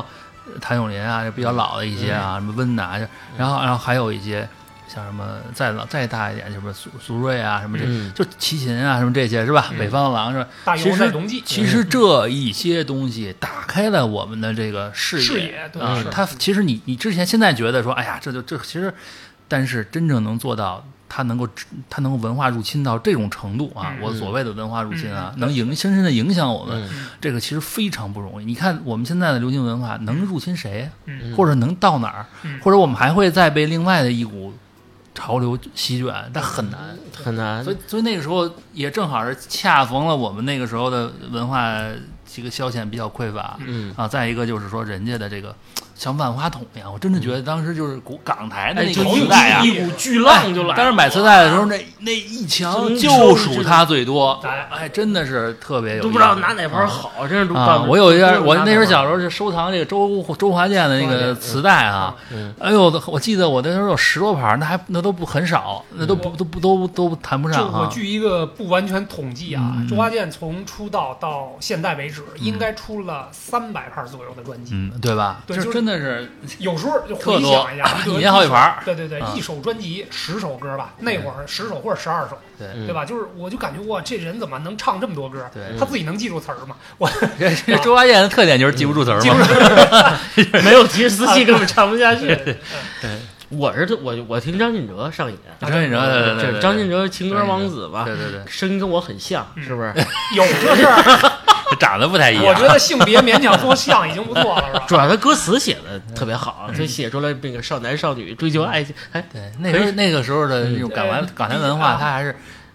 Speaker 5: 呃谭咏麟啊，就比较老的一些啊，什么温拿，就然后然后还有一些像什么再老再大一点，什么苏苏芮啊，什么这
Speaker 2: 嗯
Speaker 5: 就齐秦啊，什么这些是吧？北方狼是吧？
Speaker 3: 大
Speaker 5: 其
Speaker 3: 游
Speaker 5: 实
Speaker 3: 在冬季，
Speaker 5: 其实这一些东西打开了我们的这个视野，
Speaker 3: 视野对
Speaker 5: 啊
Speaker 3: 是，
Speaker 5: 它其实你你之前现在觉得说，哎呀，这就这其实，但是真正能做到。它能够，它能够文化入侵到这种程度啊！
Speaker 3: 嗯
Speaker 5: 我所谓的文化入侵啊，能影深深的影响我们，
Speaker 2: 嗯
Speaker 5: 这个其实非常不容易。你看我们现在的流行文化能入侵谁，啊
Speaker 3: 嗯
Speaker 5: 或者能到哪儿，
Speaker 3: 嗯
Speaker 5: 或者我们还会再被另外的一股潮流席卷，但很难。
Speaker 3: 嗯
Speaker 2: 嗯很难
Speaker 5: 所以，所以那个时候也正好是恰逢了我们那个时候的文化这个消遣比较匮乏，
Speaker 2: 嗯
Speaker 5: 啊，再一个就是说人家的这个像万花筒一样，我真的觉得当时就是古港台的
Speaker 2: 哎，
Speaker 5: 那
Speaker 2: 就
Speaker 5: 个
Speaker 2: 一
Speaker 5: 磁带啊
Speaker 2: 股。一股巨浪就来了。
Speaker 5: 当时买磁带的时候，那那一墙
Speaker 2: 真
Speaker 5: 就属它最多，
Speaker 3: 哎
Speaker 5: 哎，真的是特别有意思，
Speaker 2: 都不知道拿哪盘好，真是都不知道
Speaker 5: 啊！我有一件，我那时候小
Speaker 2: 想，
Speaker 5: 时候就收藏这个周周华健的那个磁带啊，
Speaker 2: 嗯
Speaker 5: 哎呦，我记得我那时候有十多盘，那还那都不很少，那都不都不都都谈不
Speaker 3: 就
Speaker 5: 上
Speaker 3: 我
Speaker 5: 啊。
Speaker 3: 据一个不完全统计啊，
Speaker 5: 嗯
Speaker 3: 周华健从出道到现在为止，应该出了三百盘左右的专辑。
Speaker 5: 嗯，对吧？
Speaker 3: 对
Speaker 5: 就
Speaker 3: 就是
Speaker 5: 真的是
Speaker 3: 有时候就
Speaker 5: 特
Speaker 3: 回
Speaker 5: 多
Speaker 3: 想一 下，，
Speaker 5: 一年好几盘儿。
Speaker 3: 对对对，
Speaker 5: 啊
Speaker 3: 一首专辑十首歌吧，那会儿十首或者十二首，
Speaker 5: 对
Speaker 3: 对吧？就是我就感觉哇，这人怎么能唱这么多歌？
Speaker 5: 嗯对
Speaker 3: 他自己能记住词儿吗？我
Speaker 5: 这周华健的特点就是记不住词儿
Speaker 3: 记不
Speaker 5: 嘛。
Speaker 3: 住。
Speaker 2: 嗯 没有提示司啊机根本唱不下去。
Speaker 3: 对
Speaker 2: 我是我我听张信哲上瘾，
Speaker 5: 张信哲呃对对对
Speaker 2: 这
Speaker 5: 对
Speaker 2: 张信哲情歌王子嘛，
Speaker 5: 对对对，嗯
Speaker 2: 声音跟我很像，是不是？
Speaker 3: 有这事
Speaker 5: 哎
Speaker 3: 儿，
Speaker 5: 长得不太一
Speaker 3: 我
Speaker 5: 样
Speaker 3: 觉。得性别勉强做像已经不错了， 是吧？
Speaker 2: 主要他歌词写的特别
Speaker 5: 嗯
Speaker 2: 好，他写出来那个少男少女追求爱情，哎，
Speaker 5: 对，那时候那个时候的那种港湾
Speaker 3: 嗯
Speaker 5: 港台文化，
Speaker 3: 啊
Speaker 5: 它还是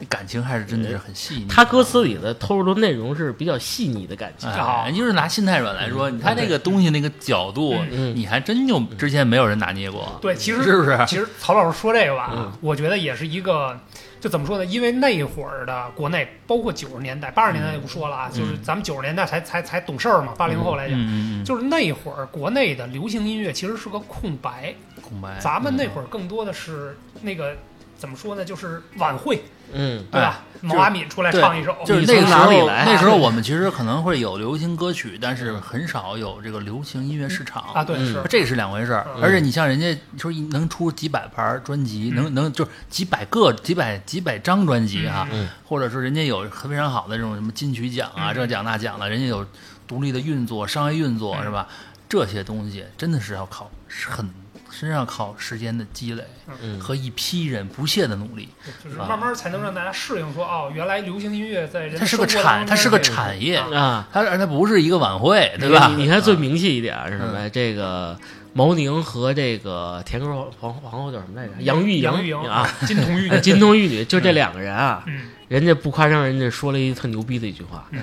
Speaker 5: 感情还是真的是很细腻。
Speaker 2: 他歌词里的透露的内容是比较细腻的感情。
Speaker 5: 哎，就是拿心太软来说，
Speaker 3: 嗯
Speaker 5: 他那个东西那个角度，
Speaker 2: 嗯
Speaker 5: 你还真就之前没有人拿捏过。
Speaker 3: 对，其实
Speaker 5: 是不是
Speaker 3: 其实曹老师说这个吧，
Speaker 2: 嗯
Speaker 3: 我觉得也是一个，就怎么说呢？因为那会儿的国内，包括九十年代、八十
Speaker 5: 嗯
Speaker 3: 年代就不说了啊，就是咱们九十年代才才才懂事儿嘛，八零后来
Speaker 5: 嗯
Speaker 3: 讲，
Speaker 5: 嗯嗯，
Speaker 3: 就是那会儿国内的流行音乐其实是个空白，
Speaker 5: 空白。
Speaker 3: 咱们那会儿更多的是那个怎么说呢？就是晚会，
Speaker 2: 嗯，
Speaker 3: 对吧？毛阿敏出来
Speaker 5: 对
Speaker 3: 唱一首，
Speaker 5: 就是
Speaker 2: 你
Speaker 5: 那个
Speaker 2: 从
Speaker 5: 时
Speaker 2: 哪里
Speaker 5: 候，
Speaker 2: 来啊
Speaker 5: 那 时候我们其实可能会有流行歌曲，但是很少有这个流行音乐市场
Speaker 3: 啊，对
Speaker 2: 嗯
Speaker 3: 是。
Speaker 5: 这是两回事儿。
Speaker 3: 嗯
Speaker 5: 而且你像人家，你说一能出几百盘专辑，能
Speaker 3: 嗯
Speaker 5: 能就是几百个、几百几百张专辑啊哈、
Speaker 2: 嗯
Speaker 5: 或者说人家有非常好的这种什么金曲奖啊、
Speaker 3: 嗯
Speaker 5: 这奖那奖的，人家有独立的运作、商业运作、是吧？这些东西真的是要靠是很身上靠时间的积累、
Speaker 2: 嗯
Speaker 5: 和一批人不懈的努力。
Speaker 3: 就是慢慢才能让大家适应说，哦，原来流行音乐在人的嗯
Speaker 5: 它是个
Speaker 3: 生活当
Speaker 5: 产，
Speaker 3: 中
Speaker 5: 它是个
Speaker 3: 这
Speaker 5: 产业，
Speaker 2: 啊，
Speaker 5: 它它不是一个晚会，对吧？啊嗯
Speaker 2: 你你看最明细一点是什么呀？这个毛宁和这个田歌皇皇皇后叫什么
Speaker 5: 嗯
Speaker 2: 来着？杨钰
Speaker 3: 杨钰莹
Speaker 2: 啊，，
Speaker 3: 金童玉女，
Speaker 2: 金童玉女，就这两个人啊，
Speaker 3: 嗯
Speaker 2: 人家不夸张，人家说了一特牛逼的一句话。
Speaker 3: 嗯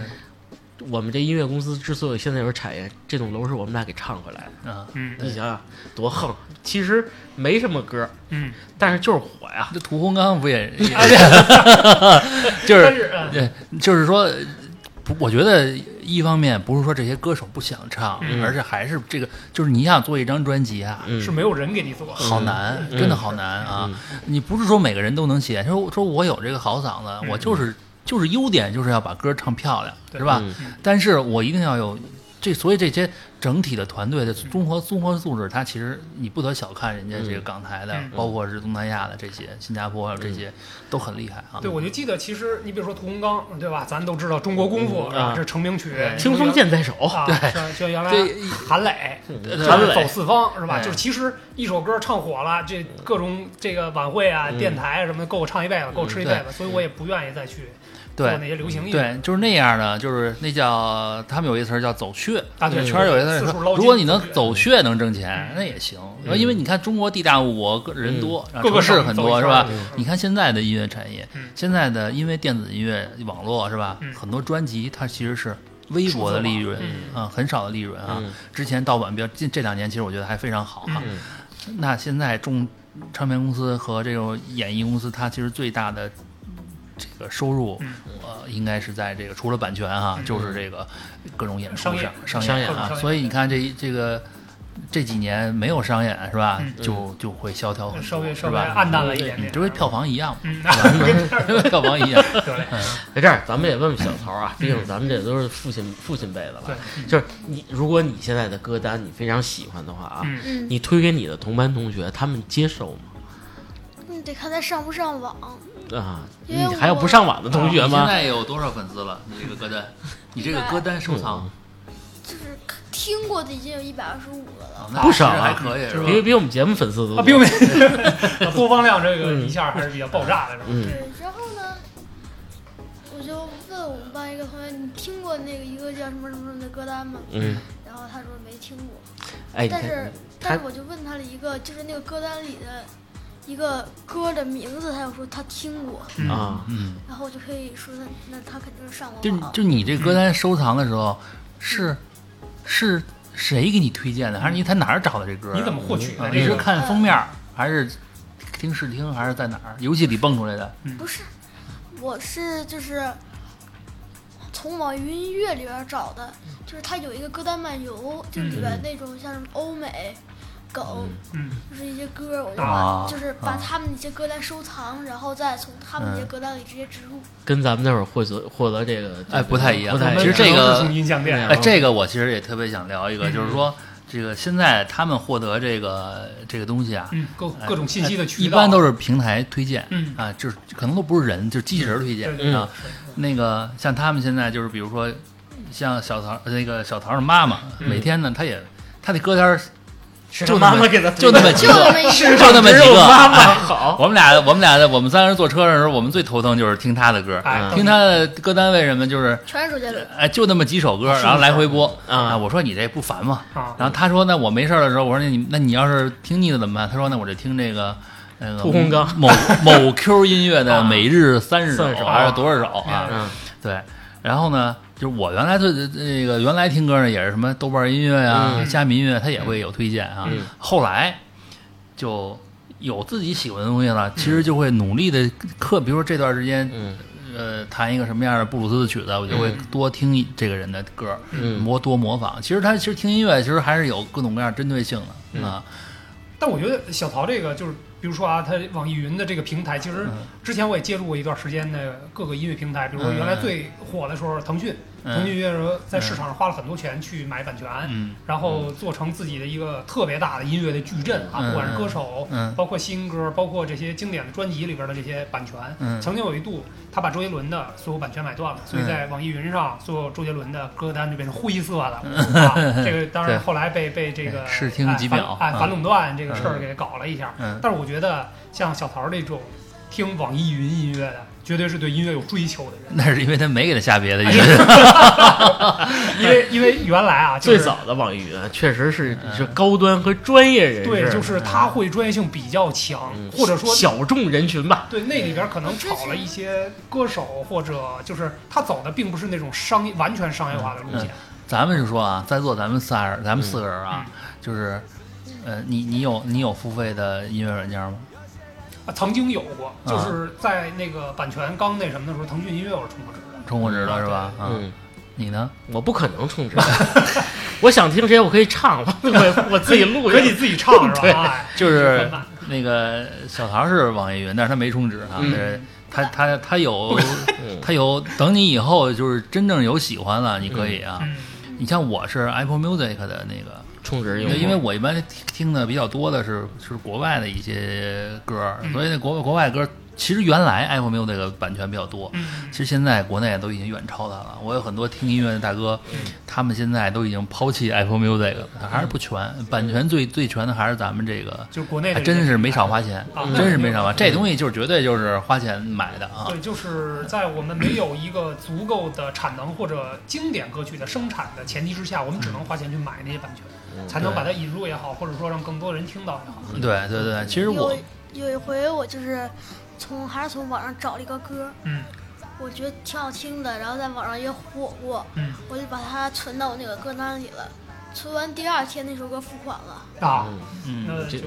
Speaker 2: 我们这音乐公司之所以现在有产业，这栋楼是我们俩给唱回来的。
Speaker 5: 啊，
Speaker 3: 嗯
Speaker 2: 你想想多横，其实没什么歌，
Speaker 3: 嗯，
Speaker 2: 但是就是火呀。
Speaker 5: 这屠洪刚不 也，也就是
Speaker 3: 但是嗯
Speaker 5: 对，就是说，不，我觉得一方面不是说这些歌手不想唱，
Speaker 2: 嗯
Speaker 5: 而是还是这个，就是你想做一张专辑啊，
Speaker 2: 嗯
Speaker 3: 是没有人给你做，
Speaker 5: 好难，
Speaker 3: 嗯
Speaker 5: 真的好难啊！你不是说每个人都能写，说说我有这个好嗓子，我就是就是优点就是要把歌唱漂亮，
Speaker 3: 嗯对
Speaker 5: 是吧？
Speaker 2: 嗯
Speaker 5: 但是我一定要有这，所以这些整体的团队的综合综合素质，它其实你不得小看人家这个港台的，
Speaker 3: 嗯
Speaker 5: 包括是东南亚的这些，新加坡这些、都很厉害啊。
Speaker 3: 对，我就记得，其实你比如说屠洪刚，对吧？咱都知道中国功夫
Speaker 2: 嗯
Speaker 3: 是吧
Speaker 2: 啊
Speaker 3: 这成名曲，
Speaker 2: 清风剑在手，
Speaker 3: 啊，
Speaker 5: 对
Speaker 3: 像像原来
Speaker 5: 这
Speaker 3: 韩磊，
Speaker 5: 对
Speaker 3: 韩磊走四方是吧？
Speaker 5: 对
Speaker 3: 就是其实一首歌唱火了，这各种这个晚会
Speaker 5: 嗯
Speaker 3: 啊、电台啊什么的，够我唱一辈子，够我吃一辈子，所以我也不愿意再去做
Speaker 5: 对
Speaker 3: 那些流行音乐。
Speaker 5: 对，就是那样的，就是那叫他们有一词儿叫走穴
Speaker 3: 啊对
Speaker 5: 圈儿有一词
Speaker 3: 四
Speaker 5: 儿
Speaker 3: 处捞
Speaker 5: 说，
Speaker 3: 金
Speaker 5: 如果你能
Speaker 3: 走穴嗯
Speaker 5: 走穴能挣钱，那也行。然后因为你看中国地大物博，个人多，然后
Speaker 3: 各个
Speaker 5: 城市
Speaker 3: 省
Speaker 5: 很
Speaker 3: 走一
Speaker 5: 多，是
Speaker 3: 圈
Speaker 5: 吧
Speaker 3: 嗯？
Speaker 5: 你看现在的音乐产业
Speaker 3: 嗯，
Speaker 5: 现在的因为电子音乐网络是吧
Speaker 3: 嗯，
Speaker 5: 很多专辑它其实是。微薄的利润
Speaker 3: 数字嗯
Speaker 5: 啊，很少的利润啊
Speaker 2: 嗯。
Speaker 5: 之前盗版比较近这两年，其实我觉得还非常好啊。
Speaker 2: 嗯
Speaker 5: 那现在中唱片公司和这种演艺公司，它其实最大的这个收入，
Speaker 3: 嗯
Speaker 5: 呃，应该是在这个除了版权哈、
Speaker 3: 嗯
Speaker 5: 就是这个各种演出
Speaker 3: 商业
Speaker 5: 上
Speaker 2: 商
Speaker 5: 演
Speaker 2: 业
Speaker 3: 各种
Speaker 5: 啊。
Speaker 3: 商业
Speaker 5: 所以你看这一这个这几年没有商演是吧，
Speaker 3: 嗯
Speaker 5: 就就会萧条很多，
Speaker 3: 稍微
Speaker 5: 是
Speaker 3: 稍微
Speaker 5: 吧？嗯
Speaker 3: 暗淡了一点
Speaker 5: 你
Speaker 3: 点，
Speaker 5: 这跟票房一 样嘛，
Speaker 3: 嗯，跟这儿
Speaker 5: 票房一样，
Speaker 3: 对
Speaker 2: 在这儿咱们也问问小曹啊，毕竟咱们这都是父亲父亲辈的了。
Speaker 3: 对，
Speaker 2: 就是你，如果你现在的歌单你非常喜欢的话啊，
Speaker 3: 嗯
Speaker 4: 嗯，
Speaker 2: 你推给你的同班同学，他们接受吗？
Speaker 4: 你得看他上不上网。
Speaker 2: 啊，
Speaker 4: 因为
Speaker 2: 你还有
Speaker 4: 我
Speaker 2: 不上网的同学
Speaker 5: 你
Speaker 2: 吗
Speaker 5: 啊现？在有多少粉丝了？你这个歌单，你这个歌单收藏
Speaker 4: 就是听过的已经有一百二十五个了。
Speaker 5: 啊那
Speaker 2: 不少
Speaker 5: 其实
Speaker 2: 啊
Speaker 5: 还可以是吧？
Speaker 2: 比比我们节目粉丝多。
Speaker 3: 啊，并没
Speaker 5: 嗯
Speaker 3: 啊播放量这个一下还是比较爆炸的，是吧？
Speaker 2: 嗯
Speaker 4: 对，然后呢，我就问我们班一个同学，你听过那个一个叫什么什么什么的歌单吗？
Speaker 2: 嗯，
Speaker 4: 然后他说没听过，
Speaker 2: 哎，你
Speaker 4: 但
Speaker 2: 看
Speaker 4: 是
Speaker 2: 他
Speaker 4: 但是我就问他了一个，就是那个歌单里的一个歌的名字，他就说他听过，
Speaker 3: 嗯
Speaker 2: 啊，
Speaker 5: 嗯，
Speaker 4: 然后我就可以说他那他肯定是上过
Speaker 5: 就
Speaker 4: 网。
Speaker 5: 就你这歌单收藏的时候，是是谁给你推荐的？还是你他哪儿找的这歌啊？
Speaker 3: 嗯你怎么获取
Speaker 5: 啊
Speaker 3: 的？
Speaker 5: 你
Speaker 3: 这
Speaker 5: 是
Speaker 3: 个
Speaker 5: 看封面儿，还是听试听，还是在哪儿游戏里蹦出来的？
Speaker 4: 不是，我是就是从网易云音乐里边找的，
Speaker 5: 嗯
Speaker 4: 就是它有一个歌单漫游，就里边那种像什么欧美、狗，
Speaker 3: 嗯
Speaker 4: 就是一些歌，我就
Speaker 5: 啊嗯
Speaker 4: 把就是把他们那些歌单收藏，然后再从他们那些歌单里直接植入。
Speaker 2: 跟咱们那会儿获得获得这个
Speaker 5: 哎不太一样
Speaker 2: 不太一
Speaker 5: 其实
Speaker 2: 样。
Speaker 5: 这个
Speaker 3: 都是从音像店啊
Speaker 2: 嗯
Speaker 5: 哎，这个我其实也特别想聊一个，就是说这个现在他们获得这个这个东西啊，
Speaker 3: 嗯，各各种信息的渠道，
Speaker 5: 一般都是平台推荐，
Speaker 3: 嗯
Speaker 5: 啊，就是可能都不是人，就是机器人推
Speaker 3: 对
Speaker 5: 荐、
Speaker 3: 对对
Speaker 5: 啊。那个像他们现在就是，比如说像小桃那个小桃的妈妈，每天呢，她也她的歌单儿
Speaker 2: 是
Speaker 5: 就那
Speaker 2: 妈
Speaker 5: 么
Speaker 2: 妈给他
Speaker 5: 就那么几
Speaker 4: 就
Speaker 5: 个，
Speaker 4: 那么一个，
Speaker 5: 就那么几
Speaker 2: 只有
Speaker 5: 个。
Speaker 2: 妈妈
Speaker 5: 哎
Speaker 2: 好
Speaker 5: 我们俩，我们俩的，我们三个人坐车的时候，我们最头疼就是听她的歌，
Speaker 3: 哎，
Speaker 2: 啊
Speaker 5: 听她的歌单为什么就是
Speaker 4: 全是周杰伦。
Speaker 5: 哎，就那么几首歌，然后来回播
Speaker 2: 啊
Speaker 5: 我说你这不烦吗？
Speaker 3: 啊
Speaker 5: 然后他说那我没事儿的时候，我说那你那你要是听腻了怎么办？他说那我就听这个那个
Speaker 2: 屠洪刚啊
Speaker 5: 某某 Q 音乐 的每日三十首
Speaker 2: 30首
Speaker 5: 还是多少首啊？
Speaker 2: 嗯
Speaker 5: 对，然后呢，就是我原来最那个原来听歌呢也是什么豆瓣音乐呀、
Speaker 2: 嗯
Speaker 5: 虾米音乐，它也会有推荐啊。
Speaker 2: 嗯
Speaker 5: 后来就有自己喜欢的东西了，其实就会努力的克，比如说这段时间
Speaker 2: 嗯
Speaker 5: 呃，弹一个什么样的布鲁斯的曲子，我就会多听一这个人的歌，
Speaker 2: 嗯
Speaker 5: 模多模仿。其实他其实听音乐，其实还是有各种各样针对性
Speaker 2: 嗯
Speaker 5: 的啊。
Speaker 3: 但我觉得小桃这个就是，比如说啊，它网易云的这个平台，其实
Speaker 5: 嗯
Speaker 3: 之前我也接触过一段时间的各个音乐平台，比如说原来最火的时候，腾讯，
Speaker 5: 嗯
Speaker 3: 腾讯音乐时候在市场上花了很多钱去买版权，
Speaker 5: 嗯
Speaker 3: 然后做成自己的一个特别大的音乐的矩阵啊，
Speaker 5: 嗯
Speaker 3: 不管是歌手，
Speaker 5: 嗯
Speaker 3: 包括新歌，包括这些经典的专辑里边的这些版权。
Speaker 5: 嗯
Speaker 3: 曾经有一度，他把周杰伦的所有版权买断了，所以在网易云上，所有周杰伦的歌单就变成灰色的。啊，这个当
Speaker 5: 嗯对
Speaker 3: 然后来被被这个
Speaker 5: 视听即表
Speaker 3: 哎反哎反
Speaker 5: 嗯
Speaker 3: 垄断这个事儿给搞了一下。
Speaker 5: 嗯
Speaker 3: 但是我觉得像小桃这种听网易云音乐的，绝对是对音乐有追求的 人，
Speaker 5: 那是因为他没给他下别的音
Speaker 2: 哎
Speaker 5: 乐，
Speaker 3: 因为因为原来啊，就
Speaker 2: 最
Speaker 3: 是嗯
Speaker 2: 早的网易云啊确实是是高端和专业人士，
Speaker 3: 对，就是他会专业性比较强，
Speaker 2: 嗯
Speaker 3: 或者说
Speaker 2: 小众人群吧。
Speaker 3: 对，那里边可能炒了一些歌手，或者就是他走的并不是那种商业完全商业化的路线。
Speaker 5: 咱们是说啊，在座咱们仨人，咱们四个人啊，
Speaker 2: 嗯
Speaker 5: 就是，呃，你你有你有付费的音乐软件吗？
Speaker 3: 啊，曾经有过，
Speaker 5: 啊
Speaker 3: 就是在那个版权刚那什么的时候，腾讯音乐我是充过值 的。
Speaker 5: 充过值的是吧？啊，
Speaker 2: 嗯，
Speaker 5: 你呢？
Speaker 2: 我不可能充值， 我想听谁我可以唱，我我自己录
Speaker 3: 可
Speaker 2: 下
Speaker 3: 以
Speaker 2: 去。
Speaker 3: 自己唱是
Speaker 2: 对
Speaker 3: 吧？哎
Speaker 5: 就是
Speaker 3: 很慢
Speaker 5: 那个小桃是网易云，但是他没充值啊，
Speaker 2: 嗯
Speaker 5: 对他他他有
Speaker 2: 嗯
Speaker 5: 他有，等你以后就是真正有喜欢了，你可以啊。
Speaker 3: 嗯，
Speaker 5: 你像我是 Apple Music 的那个，
Speaker 2: 充值用户
Speaker 5: 因为我一般听听的比较多的是是国外的一些歌，所以那国国外歌其实原来 Apple Music 的版权比较多，
Speaker 3: 嗯
Speaker 5: 其实现在国内都已经远超它了。我有很多听音乐的大哥，他们现在都已经抛弃 Apple Music 了，还是不全，版权最最全的还是咱们嗯这个，
Speaker 3: 就是国内的
Speaker 5: 还
Speaker 3: 这些
Speaker 5: 真是没少花钱
Speaker 3: 啊，
Speaker 5: 真是没少花。这嗯东西就是绝对就是花钱买的啊，
Speaker 3: 对，就是在我们没有一个足够的产能或者经典歌曲的生产的前提之下，我们只能花钱去买那些版
Speaker 2: 嗯
Speaker 3: 权，才能把它引入也好，或者说让更多人听到也好。
Speaker 5: 对对对。其实我
Speaker 4: 有有一回我就是从还是从网上找了一个歌，
Speaker 3: 嗯
Speaker 4: 我觉得挺好听的，然后在网上也火过，
Speaker 3: 嗯
Speaker 4: 我就把它存到我那个歌单里了。存完第二天那首歌付款了，
Speaker 3: 啊，
Speaker 5: 嗯
Speaker 3: 那
Speaker 2: 这
Speaker 3: 就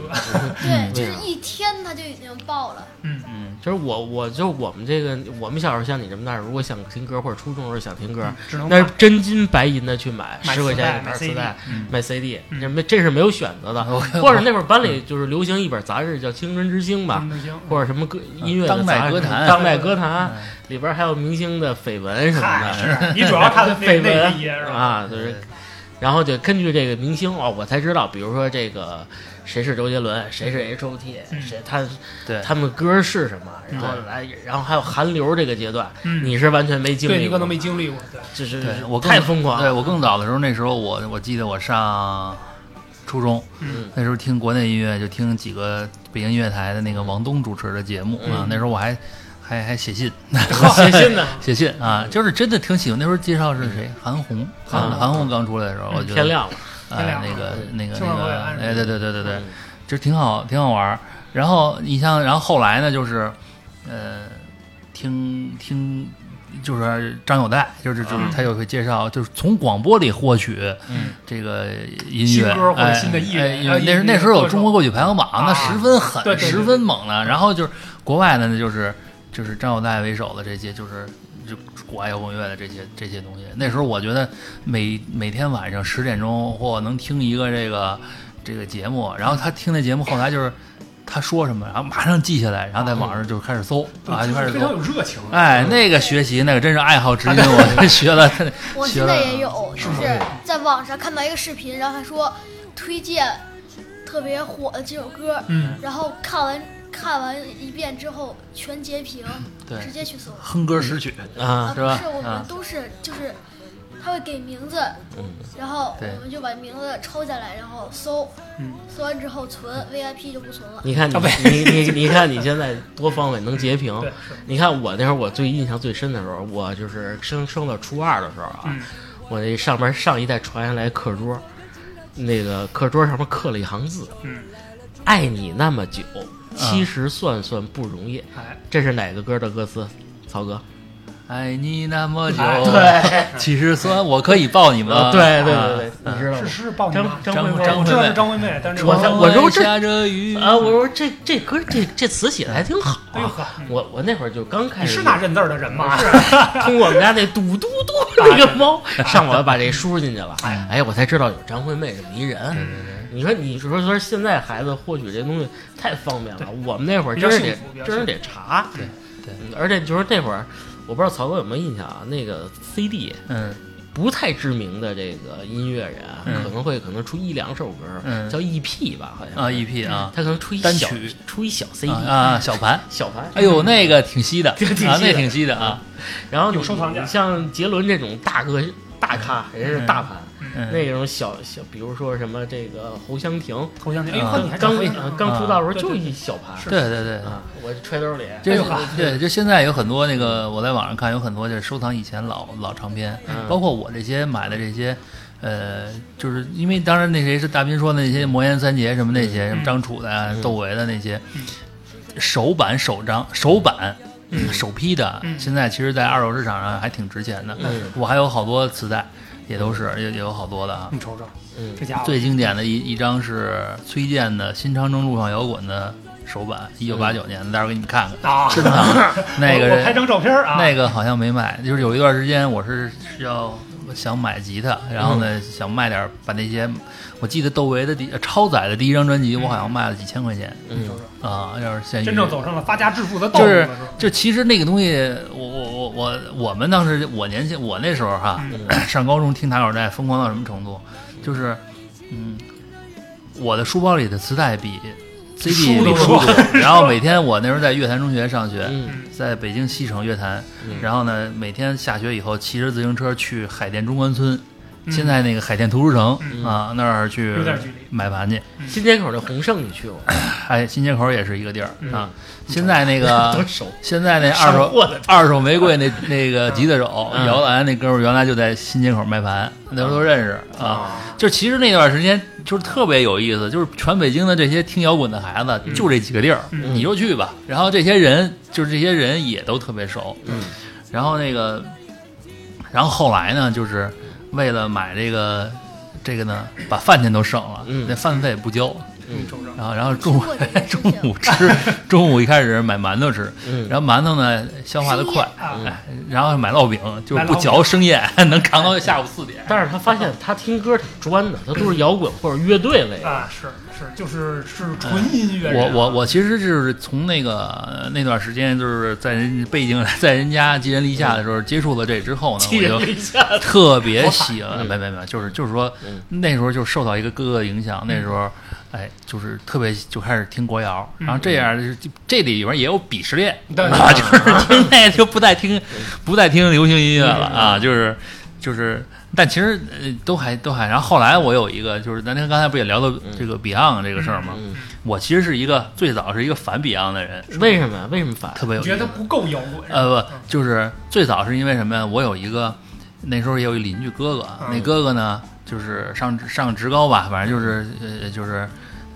Speaker 4: 对，就
Speaker 2: 为啥
Speaker 4: 是一天它就已经爆了。
Speaker 3: 嗯
Speaker 5: 嗯
Speaker 2: 就是我，我就我们这个，我们小时候像你这么大，如果想听歌或者初中的时候想听歌，
Speaker 3: 只能
Speaker 2: 嗯那是真金白银的去买，
Speaker 3: 买
Speaker 2: 十块钱
Speaker 3: 磁带
Speaker 2: 买
Speaker 3: 买
Speaker 2: 磁带
Speaker 3: CD、
Speaker 2: 买 CD，
Speaker 3: 嗯
Speaker 2: 这没这是没有选择的。或者那会儿班里就是流行一本杂志叫《青春之星》吧，
Speaker 3: 嗯行，
Speaker 2: 或者什么歌音乐的
Speaker 5: 当代
Speaker 2: 杂志
Speaker 5: 歌坛
Speaker 2: 当代歌坛里边还有明星的绯闻什么
Speaker 3: 嗯嗨，
Speaker 2: 的，
Speaker 3: 是啊你主要看那
Speaker 2: 绯
Speaker 3: 那一页是
Speaker 2: 闻
Speaker 3: 吧？嗯
Speaker 2: 啊，就是，然后就根据这个明星哦，我才知道，比如说这个谁是周杰伦，谁是 H.O.T，
Speaker 3: 嗯
Speaker 2: 谁他
Speaker 5: 对
Speaker 2: 他们歌是什么，然后来，然后还有韩流这个阶段，你是完全没经历
Speaker 3: 嗯对
Speaker 2: 过，
Speaker 3: 你可能没经历过，对，
Speaker 2: 就是
Speaker 5: 对我更
Speaker 2: 太疯狂
Speaker 5: 对
Speaker 2: 了，
Speaker 5: 我更早的时候，那时候我我记得我上初中，
Speaker 3: 嗯
Speaker 5: 那时候听国内音乐就听几个北京音乐台的那个王东主持的节目、啊，那时候我还还还写信，
Speaker 2: 嗯哦 写信呢，
Speaker 5: 写信啊，就是真的挺喜欢。那时候介绍是谁？韩红，韩、
Speaker 2: 啊
Speaker 5: 韩红刚出来的时候，我觉得
Speaker 2: 天亮了，
Speaker 5: 啊、
Speaker 3: 天亮
Speaker 5: 那个那个
Speaker 3: 青
Speaker 5: 那
Speaker 3: 春
Speaker 5: 个
Speaker 3: 会，暗示
Speaker 5: 哎，对对对对对
Speaker 2: 嗯，
Speaker 5: 就挺好，挺好玩儿。然后你像，然后后来呢，就是呃，听听就是张友代，就是就是
Speaker 2: 嗯
Speaker 5: 他就会介绍，就是从广播里获取
Speaker 2: 嗯
Speaker 5: 这个音
Speaker 3: 新
Speaker 5: 乐，
Speaker 3: 歌或者
Speaker 5: 哎
Speaker 3: 新的艺人
Speaker 5: 哎
Speaker 3: 然后
Speaker 5: 那
Speaker 3: 音
Speaker 5: 时
Speaker 3: 乐
Speaker 5: 那时候
Speaker 3: 歌
Speaker 5: 有
Speaker 3: 手
Speaker 5: 中国歌曲排行榜，那
Speaker 3: 啊
Speaker 5: 十分
Speaker 3: 对
Speaker 5: 狠，
Speaker 3: 对对
Speaker 5: 十分猛了。然后就是国外的呢，就是就是张友代为首的这些，就是就国外摇滚乐的这些这些东西。那时候我觉得每每天晚上十点钟，嚯，能听一个这个这个节目，然后他听那节目后来就是。他说什么，然后马上记下来，然后在网上就开始搜啊，就开始
Speaker 3: 非常
Speaker 5: 搜。
Speaker 3: 有热情。
Speaker 5: 哎，那个学习那个真是爱好之心，我 学 了，
Speaker 4: 我
Speaker 5: 学
Speaker 4: 现
Speaker 5: 了
Speaker 4: 在。也有，就是在网上看到一个视频，然后还说推荐特别火的几首歌，
Speaker 3: 嗯，
Speaker 4: 然后看完看完一遍之后全截屏，
Speaker 5: 对
Speaker 4: 直接去搜
Speaker 5: 哼歌识曲，
Speaker 2: 啊，
Speaker 5: 是吧
Speaker 4: 呃不是，我们
Speaker 5: 啊
Speaker 4: 都是就是他会给名字，
Speaker 2: 嗯
Speaker 4: 然后
Speaker 5: 对
Speaker 4: 我们就把名字抄下来，然后搜，
Speaker 3: 嗯
Speaker 4: 搜完之后存 VIP 就不存了。
Speaker 2: 你看你
Speaker 3: 啊不
Speaker 2: 你你你看你现在多方位能截屏
Speaker 3: 对，
Speaker 2: 你看我那会儿我最印象最深的时候，我就是升升到初二的时候啊，
Speaker 3: 嗯
Speaker 2: 我那上面上一代传下来课桌，那个课桌上面刻了一行字：
Speaker 3: 嗯，
Speaker 2: 爱你那么久，其实算算不容易。
Speaker 3: 哎，
Speaker 2: 这是哪个歌的歌词？曹哥，
Speaker 5: 爱你那么 久，
Speaker 2: 哎
Speaker 5: 其实虽然我可以抱你们，
Speaker 2: 对 对对对
Speaker 5: 啊，
Speaker 2: 你知道
Speaker 3: 是
Speaker 2: 吗？
Speaker 3: 是鲍尼吧
Speaker 2: 嗯张
Speaker 5: 张
Speaker 3: 惠妹
Speaker 5: 张
Speaker 3: 我
Speaker 5: 惠
Speaker 3: 知道
Speaker 5: 妹
Speaker 3: 是张惠妹，但是
Speaker 2: 我在
Speaker 3: 在
Speaker 2: 我说这
Speaker 5: 外下着雨
Speaker 2: 啊，我说这这歌这这词写的还挺好
Speaker 3: 哎呦
Speaker 2: 啊
Speaker 3: 呵，
Speaker 2: 我我那会儿就刚开
Speaker 3: 你
Speaker 2: 始，
Speaker 3: 是那认字儿的人吗？是 啊
Speaker 2: 通我们家那嘟嘟嘟那个猫哎 上网把这输进去了，哎，我才知道有张惠妹这么一人。你说，你说说现在孩子获取这东西太方便了，我们那会儿真是
Speaker 3: 比较
Speaker 2: 得
Speaker 3: 幸福比较
Speaker 2: 真是得查，
Speaker 5: 对对
Speaker 2: 对，而且就是那会儿，我不知道曹哥有没有印象啊，那个 CD
Speaker 5: 嗯，
Speaker 2: 不太知名的这个音乐人啊
Speaker 5: 嗯
Speaker 2: 可能会可能出一两首歌，
Speaker 5: 嗯
Speaker 2: 叫 EP 吧，好像
Speaker 5: 啊，EP 啊
Speaker 2: 他可能出一
Speaker 5: 单
Speaker 2: 小
Speaker 5: 曲
Speaker 2: 出一小 CD
Speaker 5: 啊啊，小盘，
Speaker 2: 小盘，
Speaker 5: 哎呦，那个挺稀的， 啊，
Speaker 2: 稀的
Speaker 5: 那挺稀的啊，
Speaker 2: 然后
Speaker 3: 有
Speaker 2: 你
Speaker 3: 收藏价
Speaker 2: 你像杰伦这种大哥大咖，人家是大盘，
Speaker 5: 嗯，
Speaker 2: 那种小小，比如说什么这个侯湘婷，
Speaker 3: 头像，哎呦
Speaker 5: 啊
Speaker 3: 呵，你还
Speaker 2: 刚
Speaker 3: 真会
Speaker 2: 呃
Speaker 3: 呢
Speaker 2: 刚出道的时候
Speaker 3: 对对
Speaker 2: 就
Speaker 3: 对
Speaker 2: 一小盘
Speaker 5: 对对对。
Speaker 2: 啊，我揣兜里，
Speaker 5: 这
Speaker 3: 哎呦呵
Speaker 5: 对，就现在有很多那个，我在网上看有很多就是收藏以前老老唱片，
Speaker 2: 嗯
Speaker 5: 包括我这些买的这些，呃，就是因为当然那谁是大斌说的那些魔岩三杰什么那些，什么张楚的啊、窦唯的那些，首版首张首版。首批的，
Speaker 3: 嗯
Speaker 5: 现在其实，在二手市场上还挺值钱的。
Speaker 2: 嗯
Speaker 5: 我还有好多磁带，也都是也也有好多的啊。
Speaker 3: 你瞅瞅，
Speaker 2: 嗯
Speaker 3: 这家伙
Speaker 5: 最经典的一一张是崔健的《新长征路上摇滚》的首版，一九八九年的，待会儿给你们看看。
Speaker 3: 啊，真 的，
Speaker 5: 那个
Speaker 3: 我拍
Speaker 5: 人
Speaker 3: 张照片儿啊，
Speaker 5: 那个好像没卖，就是有一段时间我是是要想买吉他，然后
Speaker 3: 嗯
Speaker 5: 呢想卖点儿把那些，我记得窦唯的第呃超载的第一张专辑，我好像卖了几千块钱
Speaker 2: 嗯
Speaker 5: 啊，要是现
Speaker 3: 真正走上了发家致富的道
Speaker 5: 就
Speaker 3: 路
Speaker 5: 是
Speaker 3: 了，吧
Speaker 5: 就其实那个东西，我我我我我们当时我年轻我那时候哈，
Speaker 3: 嗯
Speaker 5: 上高中听打口袋疯狂到什么程度，就是嗯，我的书包里的磁带比 CD
Speaker 3: 书
Speaker 5: 比
Speaker 3: 都
Speaker 5: 书
Speaker 3: 多
Speaker 5: 多，然 后每天我那时候在乐坛中学上学，
Speaker 2: 嗯
Speaker 5: 在北京西城乐坛，
Speaker 2: 嗯
Speaker 5: 然后呢，每天下学以后骑着自行车去海淀中关村，现在那个海淀图书城、啊那儿去
Speaker 3: 有点距离
Speaker 5: 买盘去。
Speaker 2: 新街口那红盛你去过吗？
Speaker 5: 哎，新街口也是一个地儿、
Speaker 3: 嗯
Speaker 5: 啊。现在那 个
Speaker 2: 熟
Speaker 5: 现在那二
Speaker 2: 上货
Speaker 5: 手
Speaker 2: 的
Speaker 5: 二手玫瑰那那个吉他手摇篮那哥们儿原来就在新街口卖盘，那时候都认识啊。就其实那段时间就是特别有意思，就是全北京的这些听摇滚的孩子就这几个地儿，你就去吧。然后这些人就是这些人也都特别熟，
Speaker 2: 嗯
Speaker 5: 然后那个，然后后来呢，就是为了买这个这个呢，把饭钱都省了，
Speaker 2: 嗯
Speaker 5: 那饭费不交，
Speaker 3: 你瞅瞅，
Speaker 5: 然后然后中午
Speaker 4: 吃过这个
Speaker 5: 中午吃，中午一开始买馒头吃，
Speaker 2: 嗯
Speaker 5: 然后馒头呢消化的快，
Speaker 3: 啊
Speaker 5: 哎然后买烙饼就是
Speaker 3: 买
Speaker 5: 不
Speaker 3: 烙饼
Speaker 5: 嚼生咽， 能扛到下午四点。
Speaker 2: 但是他发现他听歌挺专的，他都是摇滚或者乐队类的。
Speaker 3: 啊，是是，就是是纯音乐人
Speaker 5: 我
Speaker 3: 啊，
Speaker 5: 我我其实就是从那个呃那段时间，就是在人背景在人家寄人篱下的时候接触了这之后
Speaker 3: 啊
Speaker 5: 呢，我就
Speaker 2: 一下，
Speaker 5: 特别喜欢，
Speaker 2: 嗯
Speaker 5: 没没没，就是就是说
Speaker 2: 嗯
Speaker 5: 那时候就受到一个哥哥的影
Speaker 3: 嗯
Speaker 5: 响，那时候哎就是特别就开始听国摇，然后这样就是这里边也有鄙视链
Speaker 3: 嗯对
Speaker 5: 啊，就是 现在就不再听不再听流行音乐
Speaker 3: 嗯
Speaker 5: 了啊，就是就是。但其实呃都还都还，然后后来我有一个就是咱咱刚才不也聊
Speaker 3: 嗯
Speaker 5: 到这个 Beyond 这个事儿吗？
Speaker 2: 嗯，
Speaker 5: 我其实是一个最早是一个反 Beyond 的人，
Speaker 2: 为什么呀？为什么反？
Speaker 5: 特别有
Speaker 3: 你
Speaker 5: 意
Speaker 3: 觉
Speaker 5: 思。
Speaker 3: 得不够摇滚，
Speaker 5: 呃，不，就是最早是因为什么呀？我有一个那时候也有一邻居哥哥，那哥哥呢就是上上职高吧，反正就是呃就是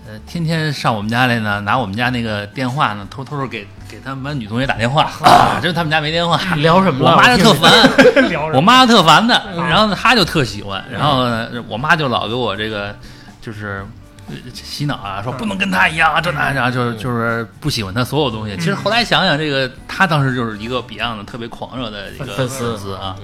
Speaker 5: 呃天天上我们家来呢，拿我们家那个电话呢偷偷的给给他们班女同学打电话，啊， 就他们家没电话，
Speaker 2: 聊什么了？
Speaker 5: 我妈就特烦，
Speaker 3: 聊着
Speaker 5: 我妈特烦的，
Speaker 3: 嗯
Speaker 5: 然后她就特喜欢，然后呢我妈就老给我这个就是呃洗脑啊，
Speaker 3: 嗯
Speaker 5: 说不能跟她一样啊，这那那，就是就是不喜欢她所有东西。
Speaker 3: 嗯
Speaker 5: 其实后来想想，这个她当时就是一个 Beyond 的特别狂热的一个
Speaker 2: 粉丝
Speaker 5: 丝 啊，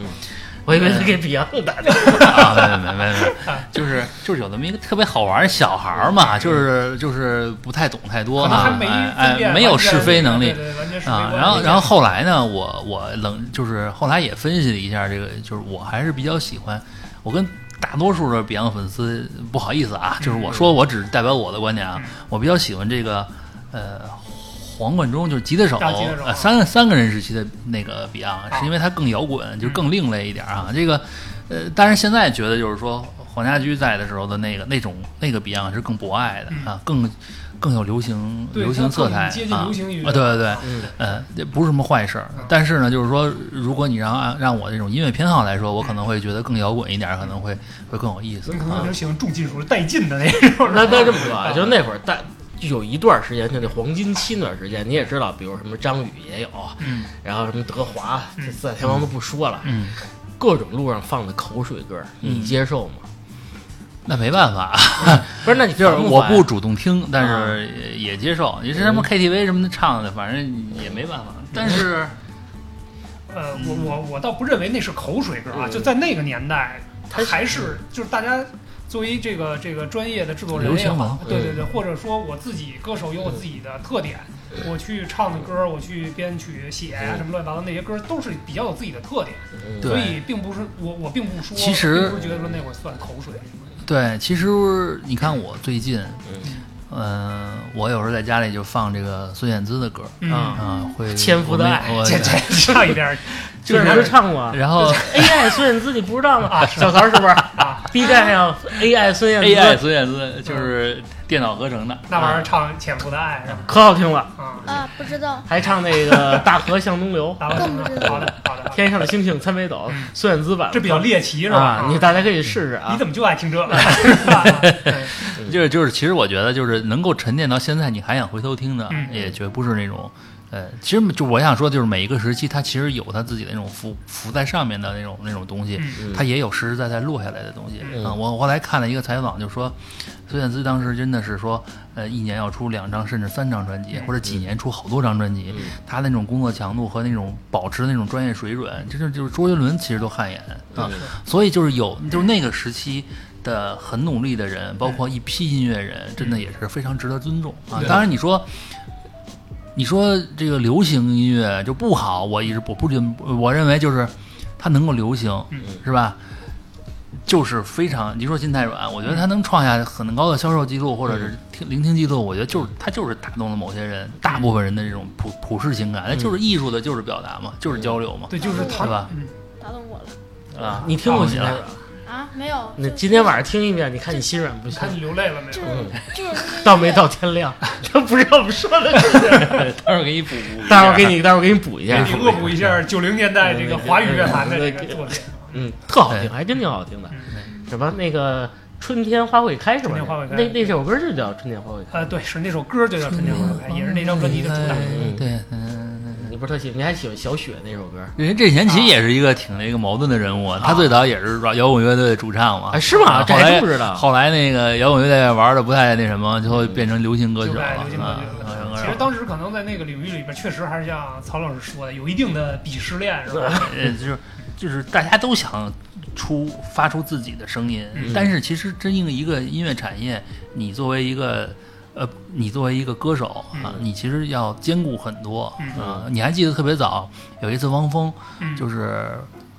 Speaker 2: 我以为是给 Beyond 打的，
Speaker 5: 啊，没没没 没，
Speaker 3: 啊
Speaker 5: 就是就是有那么一个特别好玩儿小孩儿嘛，就是就是不太懂太多
Speaker 3: 嗯可能还
Speaker 5: 啊
Speaker 3: 没，
Speaker 5: 哎
Speaker 3: 分
Speaker 5: 哎，
Speaker 3: 辨
Speaker 5: 没有是非能力
Speaker 3: 对。对对完全是非
Speaker 5: 啊
Speaker 3: 观，
Speaker 5: 然后
Speaker 3: 念
Speaker 5: 然后后来呢，我我冷就是后来也分析了一下这个，就是我还是比较喜欢，我跟大多数的 Beyond 粉丝不好意思啊，
Speaker 3: 嗯
Speaker 5: 就是我说我只代表我的观点啊，我比较喜欢这个呃黄贯中就是吉他手，
Speaker 3: 啊大吉他手哦
Speaker 5: 呃三三个人时期的那个 Beyond，是因为他更摇
Speaker 3: 嗯
Speaker 5: 滚，就更另类一点啊，这个呃，但是现在觉得就是说黄家驹在的时候的那个那种那个 Beyond 是更博爱的、啊，更。更有流行
Speaker 3: 嗯对
Speaker 5: 流行
Speaker 3: 它
Speaker 5: 色
Speaker 3: 更
Speaker 5: 彩
Speaker 3: 接近
Speaker 5: 啊
Speaker 3: 流行娱
Speaker 5: 啊，
Speaker 3: 乐
Speaker 5: 对对对，
Speaker 2: 嗯
Speaker 5: 呃，这不是什么坏事儿，但是呢，就是说，如果你让让我这种音乐偏好来说，我可能会觉得更摇滚一点儿，可能会会更有意思
Speaker 3: 所以可能有
Speaker 5: 啊
Speaker 3: 点喜欢重金属带劲的那种。
Speaker 2: 那那这么说啊，就那会儿大。就有一段时间，就那黄金期那段时间，你也知道，比如什么张宇也有，
Speaker 5: 嗯，
Speaker 2: 然后什么德华，这四大天王都不说了，
Speaker 5: 嗯，
Speaker 2: 各种路上放的口水歌，你接受吗？
Speaker 5: 那没办法，
Speaker 2: 不是，那你
Speaker 5: 就是
Speaker 2: 烦
Speaker 5: 我
Speaker 2: 烦
Speaker 5: 不主动听，啊嗯但是也也接受。你是什么 KTV 什么的唱的，反正也没办法。但是
Speaker 3: 呃，我我我倒不认为那是口水歌啊，
Speaker 2: 嗯
Speaker 3: 就在那个年代，
Speaker 2: 它是
Speaker 3: 还是就是大家作为这个这个专业的制作人
Speaker 5: 流
Speaker 3: 也
Speaker 5: 行文
Speaker 3: 好
Speaker 5: 化，
Speaker 3: 对对对，或者说我自己歌手有我自己的特点，我去唱的歌，我去编曲写啊
Speaker 2: 嗯
Speaker 3: 什么乱七八糟那些歌都是比较有自己的特点，
Speaker 2: 嗯
Speaker 5: 对
Speaker 3: 所以并不是我我并不说，
Speaker 5: 其实
Speaker 3: 并不是觉得说那会儿算口水，
Speaker 5: 对，其实你看我最近，
Speaker 2: 嗯
Speaker 5: 嗯、我有时候在家里就放这个孙燕姿的歌，
Speaker 3: 嗯
Speaker 2: 啊
Speaker 5: 啊，会
Speaker 2: 千夫的
Speaker 5: 我没
Speaker 2: 爱
Speaker 5: 我
Speaker 3: 这这上一边儿
Speaker 2: 就是不是唱过
Speaker 5: 然 后
Speaker 2: AI 孙燕姿，你不知道 吗？啊小曹是不是？B 啊 站上 AI 孙燕
Speaker 5: AI
Speaker 2: 姿
Speaker 5: 孙燕姿就是电脑合成的，
Speaker 3: 那玩意儿唱《潜伏的爱》是吧？
Speaker 2: 可好听了，
Speaker 3: 啊，
Speaker 4: 啊，不知道，
Speaker 2: 还唱那 个《大河向东流》
Speaker 3: 打完
Speaker 4: 更不知道
Speaker 3: 好的好的，
Speaker 2: 《
Speaker 3: 好的
Speaker 2: 天上的星星参北斗》孙燕姿版，
Speaker 3: 这比较猎奇是吧
Speaker 2: 嗯啊？，你大家可以试试啊
Speaker 3: 你。怎么就爱听这个？是吧对
Speaker 5: 就是就是，其实我觉得就是能够沉淀到现在，你还想回头听的，
Speaker 3: 嗯
Speaker 5: 也绝不是那种，呃，其实就我想说，就是每一个时期，它其实有它自己的那种浮浮在上面的那种那种东西，
Speaker 3: 嗯
Speaker 5: 它也有实实在在落下来的东西。
Speaker 2: 嗯
Speaker 5: 啊，我我后来看了一个采访，就说孙燕姿当时真的是说，呃，一年要出两张甚至三张专辑，
Speaker 3: 嗯
Speaker 5: 或者几年出好多张专辑
Speaker 2: 嗯，
Speaker 5: 她那种工作强度和那种保持的那种专业水准，这就就是周杰伦其实都汗颜啊。所以就是有，就是那个时期的很努力的人，包括一批音乐人，真的也是非常值得尊重啊。当然你说。你说这个流行音乐就不好，我一直我不认，我认为就是它能够流行，
Speaker 3: 嗯
Speaker 5: 是吧？就是非常，你说金泰软，我觉得他能创下很高的销售记录，或者是听聆听记录，我觉得就是他就是打动了某些人，大部分人的这种普普世情感，那就是艺术的，就是表达嘛，就是交流嘛，
Speaker 3: 嗯对，就是他
Speaker 5: 对吧？
Speaker 4: 打动我了
Speaker 5: 啊，
Speaker 2: 你听
Speaker 5: 打
Speaker 2: 过
Speaker 5: 动
Speaker 2: 秦
Speaker 5: 你
Speaker 2: 岚
Speaker 5: 了？
Speaker 2: 软？
Speaker 4: 啊，没有，
Speaker 2: 那
Speaker 4: 就
Speaker 2: 今天晚上听一遍，你看你心软不心
Speaker 3: 看
Speaker 2: 软？
Speaker 3: 你流泪了没
Speaker 4: 就
Speaker 3: 有？
Speaker 4: 是就是 那个
Speaker 2: 到没到天亮？这不是我们说的，
Speaker 5: 待会儿给你补，
Speaker 2: 待会儿给 你，待会儿给你补一
Speaker 3: 给
Speaker 2: 下。
Speaker 3: 你恶补一下九零年代这个华语乐坛的这个作品。
Speaker 2: 嗯，特好听，还真挺好听的。什么那个春天花会开是吧
Speaker 3: 春天花会？开
Speaker 2: 那那首歌就叫春天花会开。
Speaker 3: 呃，对，是那首歌就叫《春天花开》，哎也是那张专辑的主打。
Speaker 2: 嗯
Speaker 5: 对，嗯，
Speaker 2: 你不是特喜，你还喜欢小雪那首歌？
Speaker 5: 人家任贤齐也是一个挺那个矛盾的人物，啊他最早也是摇滚乐队的主唱嘛，
Speaker 2: 啊是吗
Speaker 5: 啊
Speaker 2: 这
Speaker 5: 后
Speaker 2: 还
Speaker 5: 来
Speaker 2: 真不知道
Speaker 5: 后来那个摇滚乐队玩的不太那什么，最后变成流行歌曲
Speaker 3: 就
Speaker 5: 了
Speaker 3: 在流行歌
Speaker 5: 啊
Speaker 3: 曲
Speaker 5: 流行
Speaker 3: 了。
Speaker 5: 歌
Speaker 3: 其
Speaker 5: 手
Speaker 3: 实当时可能在那个领域里边，确实还是像曹老师说的，有一定的鄙视链，是吧？
Speaker 5: 呃，就是就是大家都想出发出自己的声音，
Speaker 2: 嗯
Speaker 5: 但是其实真应一个音乐产业，你作为一个呃，你作为一个歌手啊，
Speaker 3: 嗯
Speaker 5: 你其实要兼顾很多啊、你还记得特别早有一次汪峰，
Speaker 2: 嗯
Speaker 3: 嗯
Speaker 5: 就是。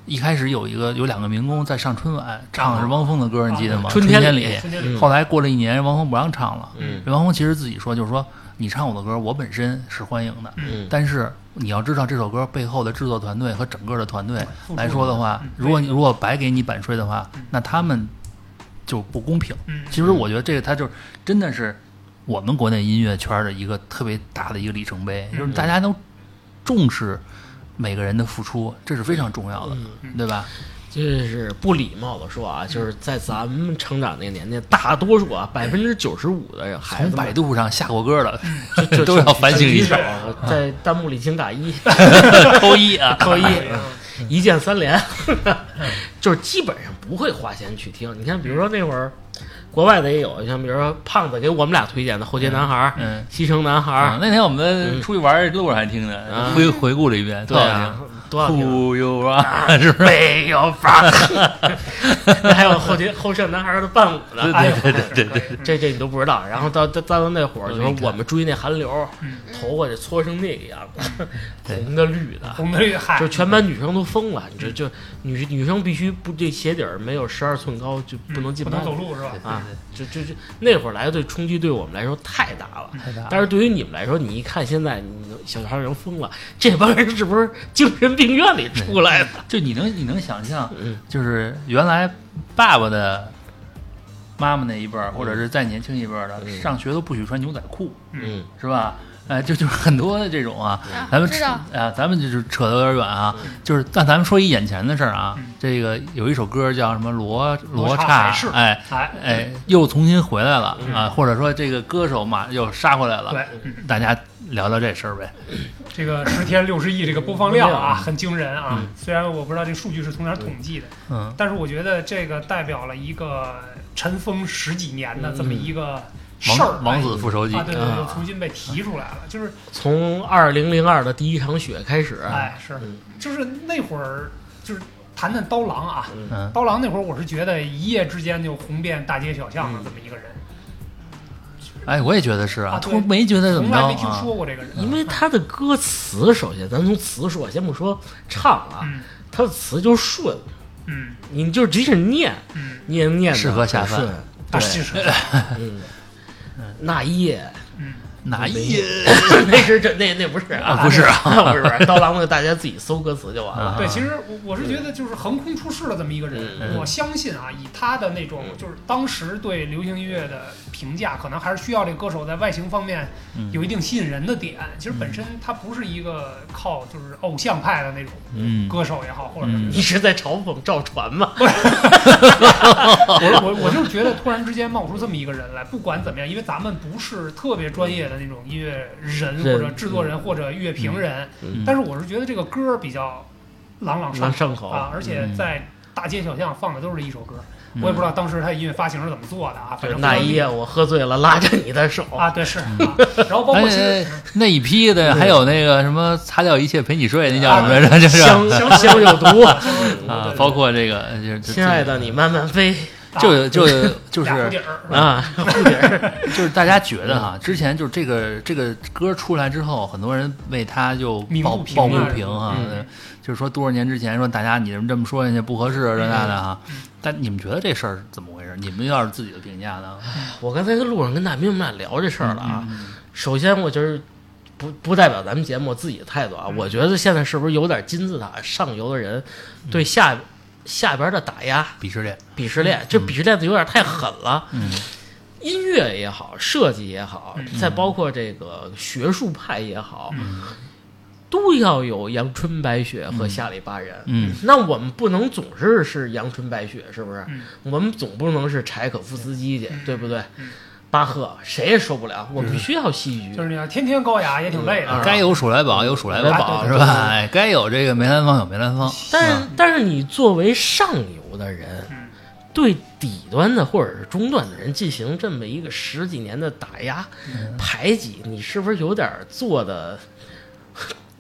Speaker 5: 一开始有一个有两个民工在上春晚唱的是汪峰的歌，你记得吗？
Speaker 2: 哦春
Speaker 5: 天
Speaker 2: 天
Speaker 5: 里嗯
Speaker 2: 里
Speaker 3: 春天里
Speaker 5: 后来过了一年，汪峰不让唱了。
Speaker 2: 嗯
Speaker 5: 汪峰其实自己说，就是说你唱我的歌，我本身是欢迎的，
Speaker 2: 嗯
Speaker 5: 但是你要知道这首歌背后的制作团队和整个的团队
Speaker 2: 嗯
Speaker 5: 来说的话，如果你如果白给你版税的话，那他们就不公平。
Speaker 3: 嗯
Speaker 5: 其实我觉得这个他就是真的是我们国内音乐圈的一个特别大的一个里程碑，
Speaker 2: 嗯
Speaker 5: 就是大
Speaker 2: 嗯
Speaker 5: 家都重视每个人的付出，这是非常重要的，对吧？
Speaker 2: 就是不礼貌的说啊，就是在咱们成长那个年代，大多数啊，百分之九十五的孩
Speaker 5: 从
Speaker 2: 子们
Speaker 5: 百度上下过歌的，
Speaker 2: 就
Speaker 5: 都要反省一下，
Speaker 2: 就在弹幕里请打一，
Speaker 5: 扣一 啊，
Speaker 2: 扣一，
Speaker 3: 嗯
Speaker 2: 一键三连， 就是基本上不会花钱去听。你看，比如说那会儿，国外的也有，像比如说胖子给我们俩推荐的《后街男孩》
Speaker 5: 嗯
Speaker 2: 西城男孩》
Speaker 5: 啊，那天我
Speaker 2: 嗯
Speaker 5: 们出去玩儿路上还听
Speaker 2: 啊
Speaker 5: 呢，回回顾了一遍，
Speaker 2: 对啊，
Speaker 5: 嗯
Speaker 2: 多好听！
Speaker 5: 忽悠 啊，是 不是？
Speaker 2: 没有 法，那还有后街后街男孩的伴舞呢，
Speaker 3: 哎呦
Speaker 5: 对对对对
Speaker 3: 嗯
Speaker 2: 这这你都不知道。然后到到到那会儿，就
Speaker 5: 我没
Speaker 2: 是
Speaker 5: 看
Speaker 2: 我们追那韩流
Speaker 3: 嗯，
Speaker 2: 头发得搓成那个样子，
Speaker 5: 对
Speaker 2: 红的绿的，
Speaker 3: 红的绿嗨
Speaker 2: 就，全班女生都疯了。你这就女女生必须不这鞋底儿没有十二寸高就
Speaker 3: 嗯
Speaker 2: 不能进
Speaker 3: 不
Speaker 2: 班
Speaker 3: 能走路是吧？
Speaker 2: 啊！就就就那会儿来的冲击对我们来说太大了。
Speaker 5: 太 大了。
Speaker 2: 但是对于你们来说，你一看现在，你小孩儿人疯了，这帮人是不是精神病院里出来的？
Speaker 5: 就你能你能想象，
Speaker 2: 嗯
Speaker 5: 就是原来爸爸的妈妈那一辈儿，或者是再年轻一辈儿的，
Speaker 2: 嗯
Speaker 5: 上学都不许穿牛仔裤，
Speaker 2: 嗯
Speaker 5: 是吧？哎，就就是很多的这种啊，
Speaker 4: 啊
Speaker 5: 咱们
Speaker 4: 知
Speaker 5: 扯
Speaker 4: 道
Speaker 5: 啊，咱们就是扯得有点远啊，就是但咱们说一眼前的事儿啊
Speaker 3: 嗯，
Speaker 5: 这个有一首歌叫什么罗罗
Speaker 3: 罗刹海市
Speaker 5: 哎
Speaker 3: 哎，
Speaker 5: 哎，又重新回来了啊，或者说这个歌手嘛又杀回来了，
Speaker 3: 对，嗯
Speaker 5: 大家聊聊这事儿呗，
Speaker 3: 这个十天六十亿这个播放量啊，
Speaker 2: 嗯
Speaker 3: 很惊人啊。虽然我不知道这数据是从哪儿统计的，
Speaker 5: 嗯
Speaker 3: 但是我觉得这个代表了一个尘封十几年的这么一个事儿
Speaker 5: 王。王子复仇记
Speaker 3: 啊，对对对，
Speaker 2: 啊
Speaker 3: 重新被提出来了，就是
Speaker 2: 从二零零二的第一场雪开始，
Speaker 3: 哎是
Speaker 2: 嗯，
Speaker 3: 就是那会儿就是谈谈刀郎啊，
Speaker 5: 嗯，
Speaker 3: 刀郎那会儿我是觉得一夜之间就红遍大街小巷的
Speaker 2: 嗯
Speaker 3: 这么一个人，
Speaker 5: 哎，我也觉得是
Speaker 3: 啊
Speaker 5: 啊，
Speaker 3: 对
Speaker 5: 突没觉得怎
Speaker 3: 从
Speaker 5: 么
Speaker 3: 来
Speaker 5: 着
Speaker 3: 没听
Speaker 5: 啊，
Speaker 3: 说过这个人。
Speaker 2: 因为他的歌词，首先咱从词说，先不说唱啊，
Speaker 3: 嗯
Speaker 2: 他的词就顺，
Speaker 3: 嗯
Speaker 2: 你就即使念
Speaker 3: 嗯，
Speaker 2: 念念得
Speaker 5: 适合下饭
Speaker 2: 很顺，
Speaker 3: 啊
Speaker 2: 对，
Speaker 3: 是是，
Speaker 2: 嗯，那 一夜
Speaker 3: 嗯
Speaker 5: 哪
Speaker 2: 没
Speaker 5: 一
Speaker 2: 那是这那那不是
Speaker 5: 啊不是啊
Speaker 2: 啊不是不是刀郎那个大家自己搜歌词就完了，
Speaker 5: 啊
Speaker 3: 对，其实我我是觉得就是横空出世的这么一个人，
Speaker 5: 嗯
Speaker 3: 我相信啊，以他的那种
Speaker 2: 嗯
Speaker 3: 就是当时对流行音乐的评价，可能还是需要这个歌手在外形方面
Speaker 5: 嗯
Speaker 3: 有一定吸引人的点。其实本身他不是一个靠就是偶像派的那种
Speaker 5: 嗯
Speaker 3: 歌手也好，或者什么
Speaker 5: 嗯
Speaker 2: 一直在嘲讽赵传嘛，
Speaker 3: 我我我就是觉得突然之间冒出这么一个人来，不管怎么样，因为咱们不是特别专业的那种音乐人
Speaker 2: 人
Speaker 3: 或者制作
Speaker 5: 嗯
Speaker 3: 人或者乐评人，
Speaker 2: 嗯
Speaker 3: 但是我是觉得这个歌儿比较朗朗上
Speaker 2: 朗上口
Speaker 3: 啊，而且
Speaker 5: 嗯
Speaker 3: 在大街小巷放的都是一首歌，
Speaker 5: 嗯
Speaker 3: 我也不知道当时他的音乐发行是怎么做的啊，反
Speaker 2: 就是
Speaker 3: 正
Speaker 2: 那一夜我喝醉了拉着你的手，
Speaker 3: 啊，对是，啊
Speaker 5: 嗯
Speaker 3: 然后包括其
Speaker 5: 哎
Speaker 3: 实。，
Speaker 5: 那一批的，还有那个什么擦掉一切陪你睡，那
Speaker 3: 啊
Speaker 5: 叫什么来着？就是
Speaker 2: 香香有毒，
Speaker 3: 嗯
Speaker 5: 啊，包括这个嗯就是
Speaker 2: 亲爱的你慢慢飞
Speaker 3: 啊
Speaker 5: 就就就
Speaker 3: 俩蝴
Speaker 5: 是
Speaker 3: 蝶儿
Speaker 2: 啊，
Speaker 5: 就是大家觉得哈，之前就是这个这个歌出来之后，很多人为他就
Speaker 3: 鸣
Speaker 5: 抱
Speaker 3: 不平
Speaker 5: 抱
Speaker 3: 啊
Speaker 5: 不平哈
Speaker 2: 嗯，
Speaker 5: 就是说多少年之前说大家你们这么说人家不合适这那的哈，
Speaker 3: 嗯
Speaker 5: 但你们觉得这事儿怎么回事？你们要是自己的评价呢？
Speaker 2: 我刚才在路上跟大兵我们俩聊这事儿了啊。
Speaker 5: 嗯
Speaker 2: 首先，我就是不不代表咱们节目我自己的态度
Speaker 5: 嗯
Speaker 2: 啊。我觉得现在是不是有点金字塔上游的人对下、
Speaker 5: 嗯
Speaker 2: 下边的打压、
Speaker 5: 鄙视链，
Speaker 2: 鄙视
Speaker 3: 嗯
Speaker 2: 链，这鄙视链子有点太狠了。
Speaker 5: 嗯
Speaker 2: 音乐也好，设计也好，
Speaker 3: 嗯
Speaker 2: 再包括这个学术派也好，都要有阳春白雪和下里巴人。
Speaker 5: 嗯
Speaker 2: 那我们不能总是是阳春白雪，是不是？
Speaker 3: 嗯
Speaker 2: 我们总不能是柴可夫斯基去，对不对？
Speaker 3: 嗯
Speaker 2: 巴赫谁也受不了，我必须要戏剧。
Speaker 3: 就是那样，天天高雅也挺累的
Speaker 2: 嗯啊，
Speaker 5: 该有鼠来宝有鼠来宝
Speaker 3: 啊
Speaker 5: 是
Speaker 3: 对
Speaker 5: 吧？哎，该有这个梅兰芳有梅兰芳，
Speaker 2: 但是，但是你作为上游的人，
Speaker 3: 嗯
Speaker 2: 对底端的或者是中端的人进行这么一个十几年的打压、排挤，你是不是有点做的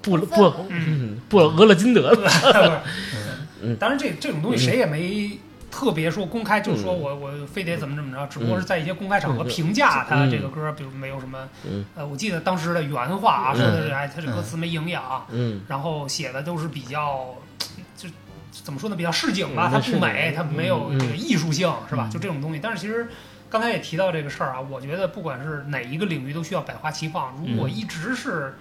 Speaker 2: 不不嗯不俄勒金德了？
Speaker 3: 嗯，嗯当然这这种东西谁也没特别说公开，就是说我我非得怎么怎么着，只不过是在一些公开场合评价他这个歌，比如没有什么
Speaker 2: 嗯，
Speaker 3: 呃，我记得当时的原话啊，说的是哎，他这歌词没营养，
Speaker 2: 嗯，
Speaker 3: 然后写的都是比较就。怎么说呢？比较市井吧，
Speaker 2: 嗯
Speaker 3: 它
Speaker 2: 是
Speaker 3: 不
Speaker 2: 的
Speaker 3: 美，它没有
Speaker 2: 嗯
Speaker 3: 这个艺术性，是吧？就这种东西。但是其实刚才也提到这个事儿啊，我觉得不管是哪一个领域，都需要百花齐放。
Speaker 2: 嗯
Speaker 3: 如果一直是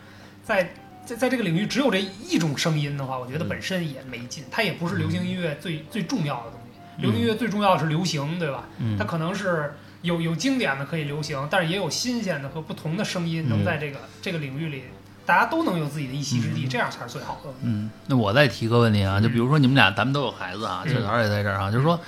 Speaker 3: 在在在这个领域只有这一种声音的话，我觉得
Speaker 2: 嗯
Speaker 3: 本身也没劲，它也不是流行音乐最、最重要的东
Speaker 2: 嗯
Speaker 3: 西。流行音乐最重要的是流行，对吧？
Speaker 5: 嗯
Speaker 3: 它可能是
Speaker 5: 嗯
Speaker 3: 有有经典的可以流行，但是也有新鲜的和不同的声音能在这个、这个领域里大家都能有自己的一席之地，这样才是最好的。
Speaker 5: 嗯，那我再提个问题啊，就比如说你们俩，咱们都有孩子啊，
Speaker 2: 嗯
Speaker 5: 小乔也在这儿啊，就是说，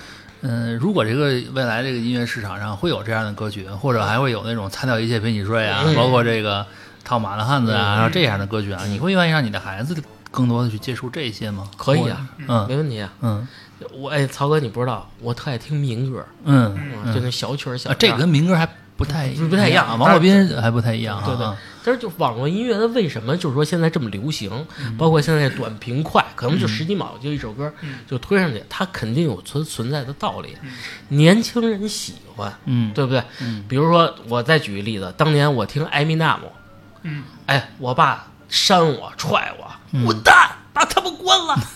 Speaker 5: 嗯，如果这个未来这个音乐市场上会有这样的歌曲，或者还会有那种擦掉一切陪你睡啊，
Speaker 2: 嗯
Speaker 5: 包括这个套马的汉子啊，然后这样的歌曲啊，你会愿意让你的孩子更多的去接触这些吗？
Speaker 2: 可以啊，
Speaker 5: 嗯
Speaker 2: 没问题啊。
Speaker 5: 嗯
Speaker 2: 我哎，曹哥，你不知道，我特爱听民歌，
Speaker 5: 嗯
Speaker 2: 嗯就
Speaker 5: 嗯，
Speaker 2: 那小曲儿小
Speaker 5: 啊，这
Speaker 2: 调
Speaker 5: 个
Speaker 2: 儿
Speaker 5: 跟民歌还不太
Speaker 2: 不不太一样
Speaker 5: 啊，王洛宾还不太一样啊，
Speaker 2: 对对
Speaker 5: 啊，
Speaker 2: 但是就网络音乐它为什么就是说现在这么流行，
Speaker 5: 嗯
Speaker 2: 包括现在短平快，可能就十几秒就一首歌
Speaker 3: 嗯
Speaker 2: 就推上去，它肯定有存存在的道理
Speaker 3: 嗯，
Speaker 2: 年轻人喜欢，
Speaker 5: 嗯
Speaker 2: 对不对？
Speaker 5: 嗯
Speaker 2: 比如说我再举个例子，当年我听艾米纳姆，
Speaker 3: 嗯，
Speaker 2: 哎，我爸扇我踹
Speaker 5: 嗯
Speaker 2: 我，滚蛋，把他们关了，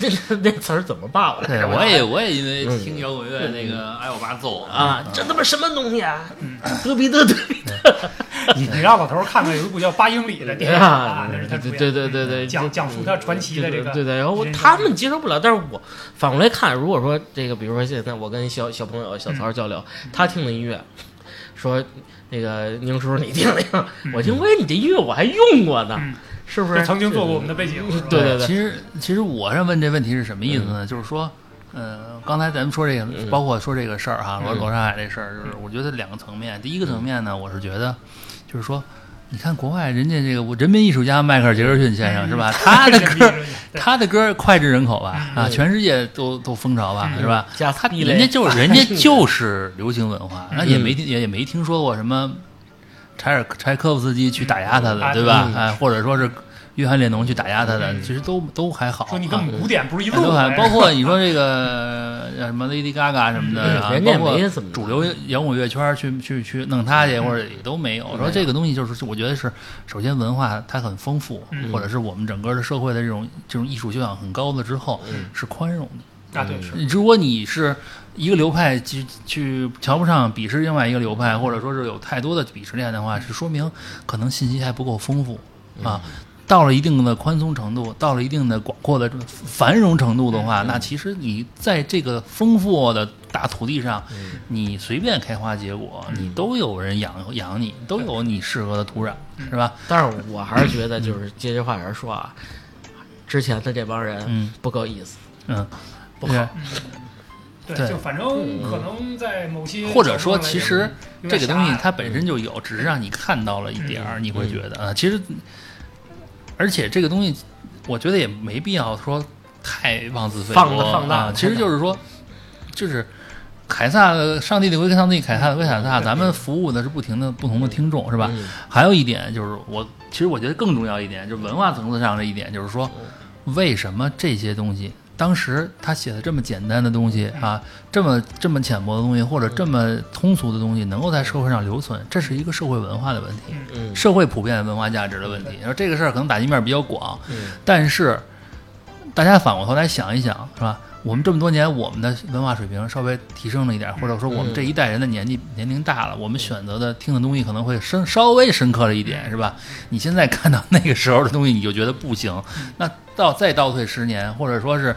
Speaker 2: 那那词儿怎么爸我来
Speaker 5: 对，
Speaker 2: 着？
Speaker 5: 我也我也因为
Speaker 2: 嗯
Speaker 5: 听摇滚乐那个挨我爸揍我
Speaker 2: 啊，这他妈什么东西啊？
Speaker 5: 嗯
Speaker 2: 德比特，德比特。
Speaker 3: 你你让老头儿看看有一部叫《八英里》的电影
Speaker 5: 嗯
Speaker 3: 啊，那是他主
Speaker 2: 对
Speaker 3: 演
Speaker 2: 对对对对，
Speaker 3: 讲讲述他传奇的这个
Speaker 2: 对对，然后
Speaker 3: 人生
Speaker 2: 他们接受不了，但是我反过来看，如果说这个，比如说现在我跟小小朋友小
Speaker 3: 嗯
Speaker 2: 曹交流，他听的音乐，说那个宁叔你听听，我听，喂，你这音乐我还用过呢
Speaker 3: 嗯，
Speaker 2: 是嗯不？
Speaker 3: 就是曾经做过我们的背景，是吧
Speaker 2: 对对对嗯
Speaker 5: 其实其实我是问这问题是什么意思呢？就是说，呃，刚才咱们说这个，包括说这个事儿哈，罗
Speaker 2: 嗯
Speaker 5: 罗上海这事儿，就是我觉得两个层面。第一个层面呢，我是觉得，就是说，你看国外人家这个我人民艺术家迈克尔·杰克逊先
Speaker 2: 嗯
Speaker 5: 生是吧？他的 歌，他的歌脍炙人口吧？
Speaker 2: 嗯
Speaker 5: 啊，全世界都都风潮吧？是吧？
Speaker 2: 加
Speaker 5: 他
Speaker 2: 地
Speaker 5: 人
Speaker 2: 雷
Speaker 5: 家就是人家就是流行文化，那也没
Speaker 2: 嗯
Speaker 5: 听也也没听说过什么柴尔柴科夫斯基去打压他
Speaker 3: 嗯啊
Speaker 5: 的，对吧
Speaker 2: 嗯？
Speaker 5: 哎，或者说是约翰列侬去打压他的，其实都都还好。
Speaker 3: 说你跟我
Speaker 5: 啊
Speaker 3: 们古典不是一路
Speaker 5: 都
Speaker 3: 的
Speaker 5: 还，包括你说这个呃叫什么 Lady Gaga 什么的啊，
Speaker 2: 嗯人家
Speaker 5: 包
Speaker 2: 也
Speaker 5: 括
Speaker 2: 没怎么嗯
Speaker 5: 主流摇滚乐圈去去去弄他去，或者也都没有。我说这个东西就是，我觉得是首先文化它很丰富，
Speaker 2: 嗯
Speaker 5: 或者是我们整个的社会的这种这种艺术修养很高的之后
Speaker 2: 嗯
Speaker 5: 是宽容的。
Speaker 3: 啊，对是，
Speaker 5: 如果你是一个流派去去瞧不上、鄙视另外一个流派，或者说是有太多的鄙视链的
Speaker 2: 嗯
Speaker 5: 话，是说明可能信息还不够丰富啊。到了一定的宽松程度，到了一定的广阔的繁荣程度的
Speaker 2: 嗯
Speaker 5: 话，那其实你在这个丰富的大土地上，
Speaker 2: 嗯
Speaker 5: 你随便开花结果，你都有人养养你，都有你适合的土壤，
Speaker 2: 嗯
Speaker 5: 是吧？
Speaker 2: 但是我还是觉得，就是接这话茬说啊，之前的这帮人
Speaker 5: 嗯
Speaker 2: 不够意思，
Speaker 5: 嗯，
Speaker 2: 不好
Speaker 5: 对
Speaker 3: 对，
Speaker 5: 对
Speaker 3: 就反正可能在某些
Speaker 5: 或者说，
Speaker 3: 角度上来
Speaker 5: 其实
Speaker 3: 有
Speaker 5: 这
Speaker 3: 点
Speaker 5: 个东西
Speaker 3: 狭隘
Speaker 5: 它本身
Speaker 2: 嗯
Speaker 5: 就有，只是让你看到了一点儿，你会觉得啊，其实，而且这个东西，我觉得也没必要说太妄自菲薄
Speaker 2: 放得放大
Speaker 5: 啊其实就是说，就是凯撒的上帝的归上帝，凯撒的归凯撒，咱们服务的是不停的不同的听众，是吧？
Speaker 2: 嗯
Speaker 5: 还有一点就是我，其实我觉得更重要一点，就是文化层次上的一点，就是说，为什么这些东西，当时他写的这么简单的东西啊，这么这么浅薄的东西，或者这么通俗的东西，能够在社会上留存，这是一个社会文化的问题，
Speaker 2: 嗯
Speaker 5: 社会普遍的文化价值的问题。然后这个事儿可能打击面比较广，
Speaker 2: 嗯
Speaker 5: 但是大家反过头来想一想，是吧？我们这么多年，我们的文化水平稍微提升了一点，
Speaker 3: 嗯
Speaker 5: 或者说我们这一代人的年纪年龄大了，我们选择的听的东西可能会深稍微深刻了一
Speaker 3: 嗯
Speaker 5: 点，是吧？你现在看到那个时候的东西，你就觉得不行。
Speaker 3: 嗯
Speaker 5: 那到再倒退十年，或者说是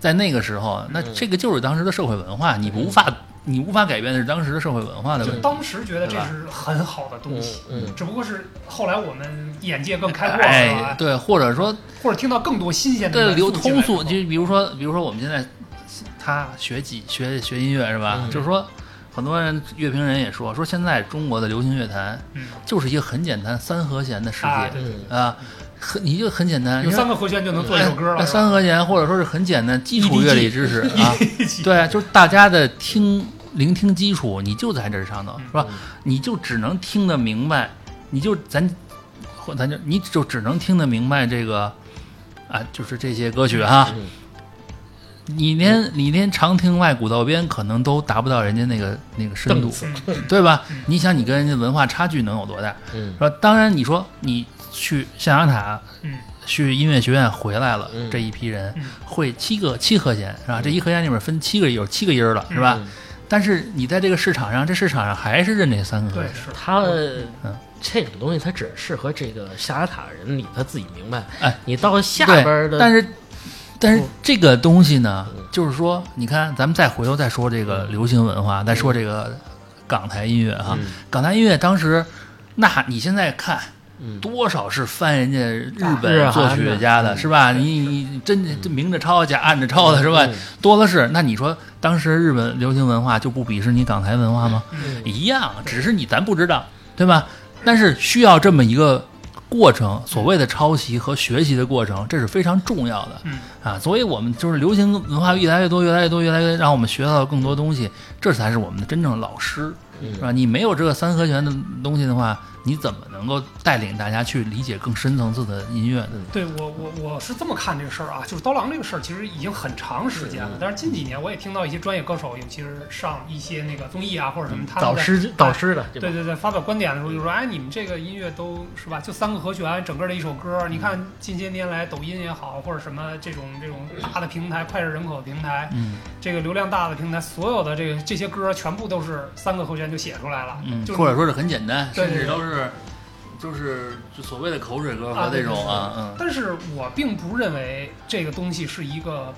Speaker 5: 在那个时候，
Speaker 3: 嗯
Speaker 5: 那这个就是当时的社会文化，你无法你无法改变的是当时的社会文化的
Speaker 3: 就
Speaker 5: 问题。
Speaker 3: 当时觉得这是很好的东西，
Speaker 2: 嗯嗯
Speaker 3: 只不过是后来我们眼界更开阔了
Speaker 5: 哎
Speaker 3: 啊，，
Speaker 5: 对，或者说
Speaker 3: 或者听到更多新鲜的
Speaker 5: 对，
Speaker 3: 元
Speaker 5: 流
Speaker 3: 素进
Speaker 5: 通
Speaker 3: 来
Speaker 5: 俗，
Speaker 3: 之
Speaker 5: 就
Speaker 3: 后
Speaker 5: 比如说，比如说我们现在他学几学学音乐是吧？
Speaker 2: 嗯
Speaker 5: 就是说，很多人乐评人也说，说现在中国的流行乐坛
Speaker 3: 嗯
Speaker 5: 就是一个很简单三和弦的世界
Speaker 3: 啊
Speaker 5: 啊
Speaker 3: 对
Speaker 2: 嗯
Speaker 5: 很你就很简单，你
Speaker 3: 有
Speaker 5: 看
Speaker 3: 三个和弦就能做一首歌
Speaker 5: 哎
Speaker 3: 了，是吧 E
Speaker 5: 三和弦或者说是很简单基础乐理知识
Speaker 2: 哎
Speaker 5: 啊，
Speaker 3: 一起
Speaker 5: 对，就是大家的听聆听基础，你就在这上头，是吧？你就只能听得明白，你就咱或咱就你就只能听得明白这个啊，就是这些歌曲哈。
Speaker 2: 嗯
Speaker 5: 你连你连常听外古道边可能都达不到人家那个那个深度， 对吧？你想你跟人家文化差距能有多大？
Speaker 2: 嗯
Speaker 5: 是吧？当然你说你去象牙塔
Speaker 3: 嗯
Speaker 5: 去音乐学院回来了，
Speaker 2: 嗯
Speaker 5: 这一批人
Speaker 3: 嗯
Speaker 5: 会七个七和弦是吧？这一和弦里面分七个有七个音儿了是吧？
Speaker 2: 嗯
Speaker 5: 但是你在这个市场上，这市场上还是认这三个和
Speaker 3: 对
Speaker 5: 弦。
Speaker 3: 是，
Speaker 2: 他
Speaker 5: 嗯
Speaker 2: 这种东西，它只适合这个象牙塔人里他自己明白。
Speaker 5: 哎，
Speaker 2: 你到下
Speaker 5: 对，
Speaker 2: 边儿的，
Speaker 5: 但是但是
Speaker 2: 嗯
Speaker 5: 这个东西呢
Speaker 2: 嗯，
Speaker 5: 就是说，你看，咱们再回头再说这个流行文化，再说这个港台音乐哈，
Speaker 2: 嗯
Speaker 5: 港台音乐当时，那你现在看。
Speaker 2: 嗯啊
Speaker 5: 多少是翻人家日
Speaker 2: 日
Speaker 5: 本
Speaker 2: 韩
Speaker 5: 作
Speaker 2: 的
Speaker 5: 曲家的，是吧？你你真这明着抄，假暗着抄的是吧
Speaker 2: 嗯？
Speaker 5: 多的是。那你说当时日本流行文化就不鄙视你港台文化吗？
Speaker 2: 嗯
Speaker 5: 一样，只是你咱不知道，对吧？但是需要这么一个过程，所谓的抄袭和学习的过程，这是非常重要的。
Speaker 3: 嗯
Speaker 5: 啊，所以我们就是流行文化越来越多，越来越多，越来越让我们学到更多东西，这才是我们的真正的老师，
Speaker 2: 嗯
Speaker 5: 是吧？你没有这个三合拳的东西的话，你怎么能够带领大家去理解更深层次的音乐呢？
Speaker 3: 对我我我是这么看这个事儿啊，就是刀郎这个事儿其实已经很长时间了
Speaker 2: 嗯，
Speaker 3: 但是近几年我也听到一些专业歌手，尤其是上一些那个综艺啊或者什么，
Speaker 2: 嗯
Speaker 3: 他
Speaker 2: 导
Speaker 3: 们在
Speaker 5: 嗯
Speaker 2: 师导师的
Speaker 3: 对对对，发表观点的时候就说，哎，你们这个音乐都是吧，就三个和弦，整个的一首歌。
Speaker 2: 嗯
Speaker 3: 你看近些年来，抖音也好，或者什么这种这种大的平台、脍炙人口的平台，
Speaker 5: 嗯
Speaker 3: 这个流量大的平台，所有的这个这些歌全部都是三个和弦就写出来了，
Speaker 5: 嗯，
Speaker 3: 就是
Speaker 5: 或者说是很简单，
Speaker 3: 对
Speaker 5: 甚至
Speaker 3: 对对
Speaker 5: 都是就是就所谓的口水歌
Speaker 3: 啊
Speaker 5: 和
Speaker 3: 对
Speaker 5: 那种啊，嗯。
Speaker 3: 但是我并不认为这个东西是一个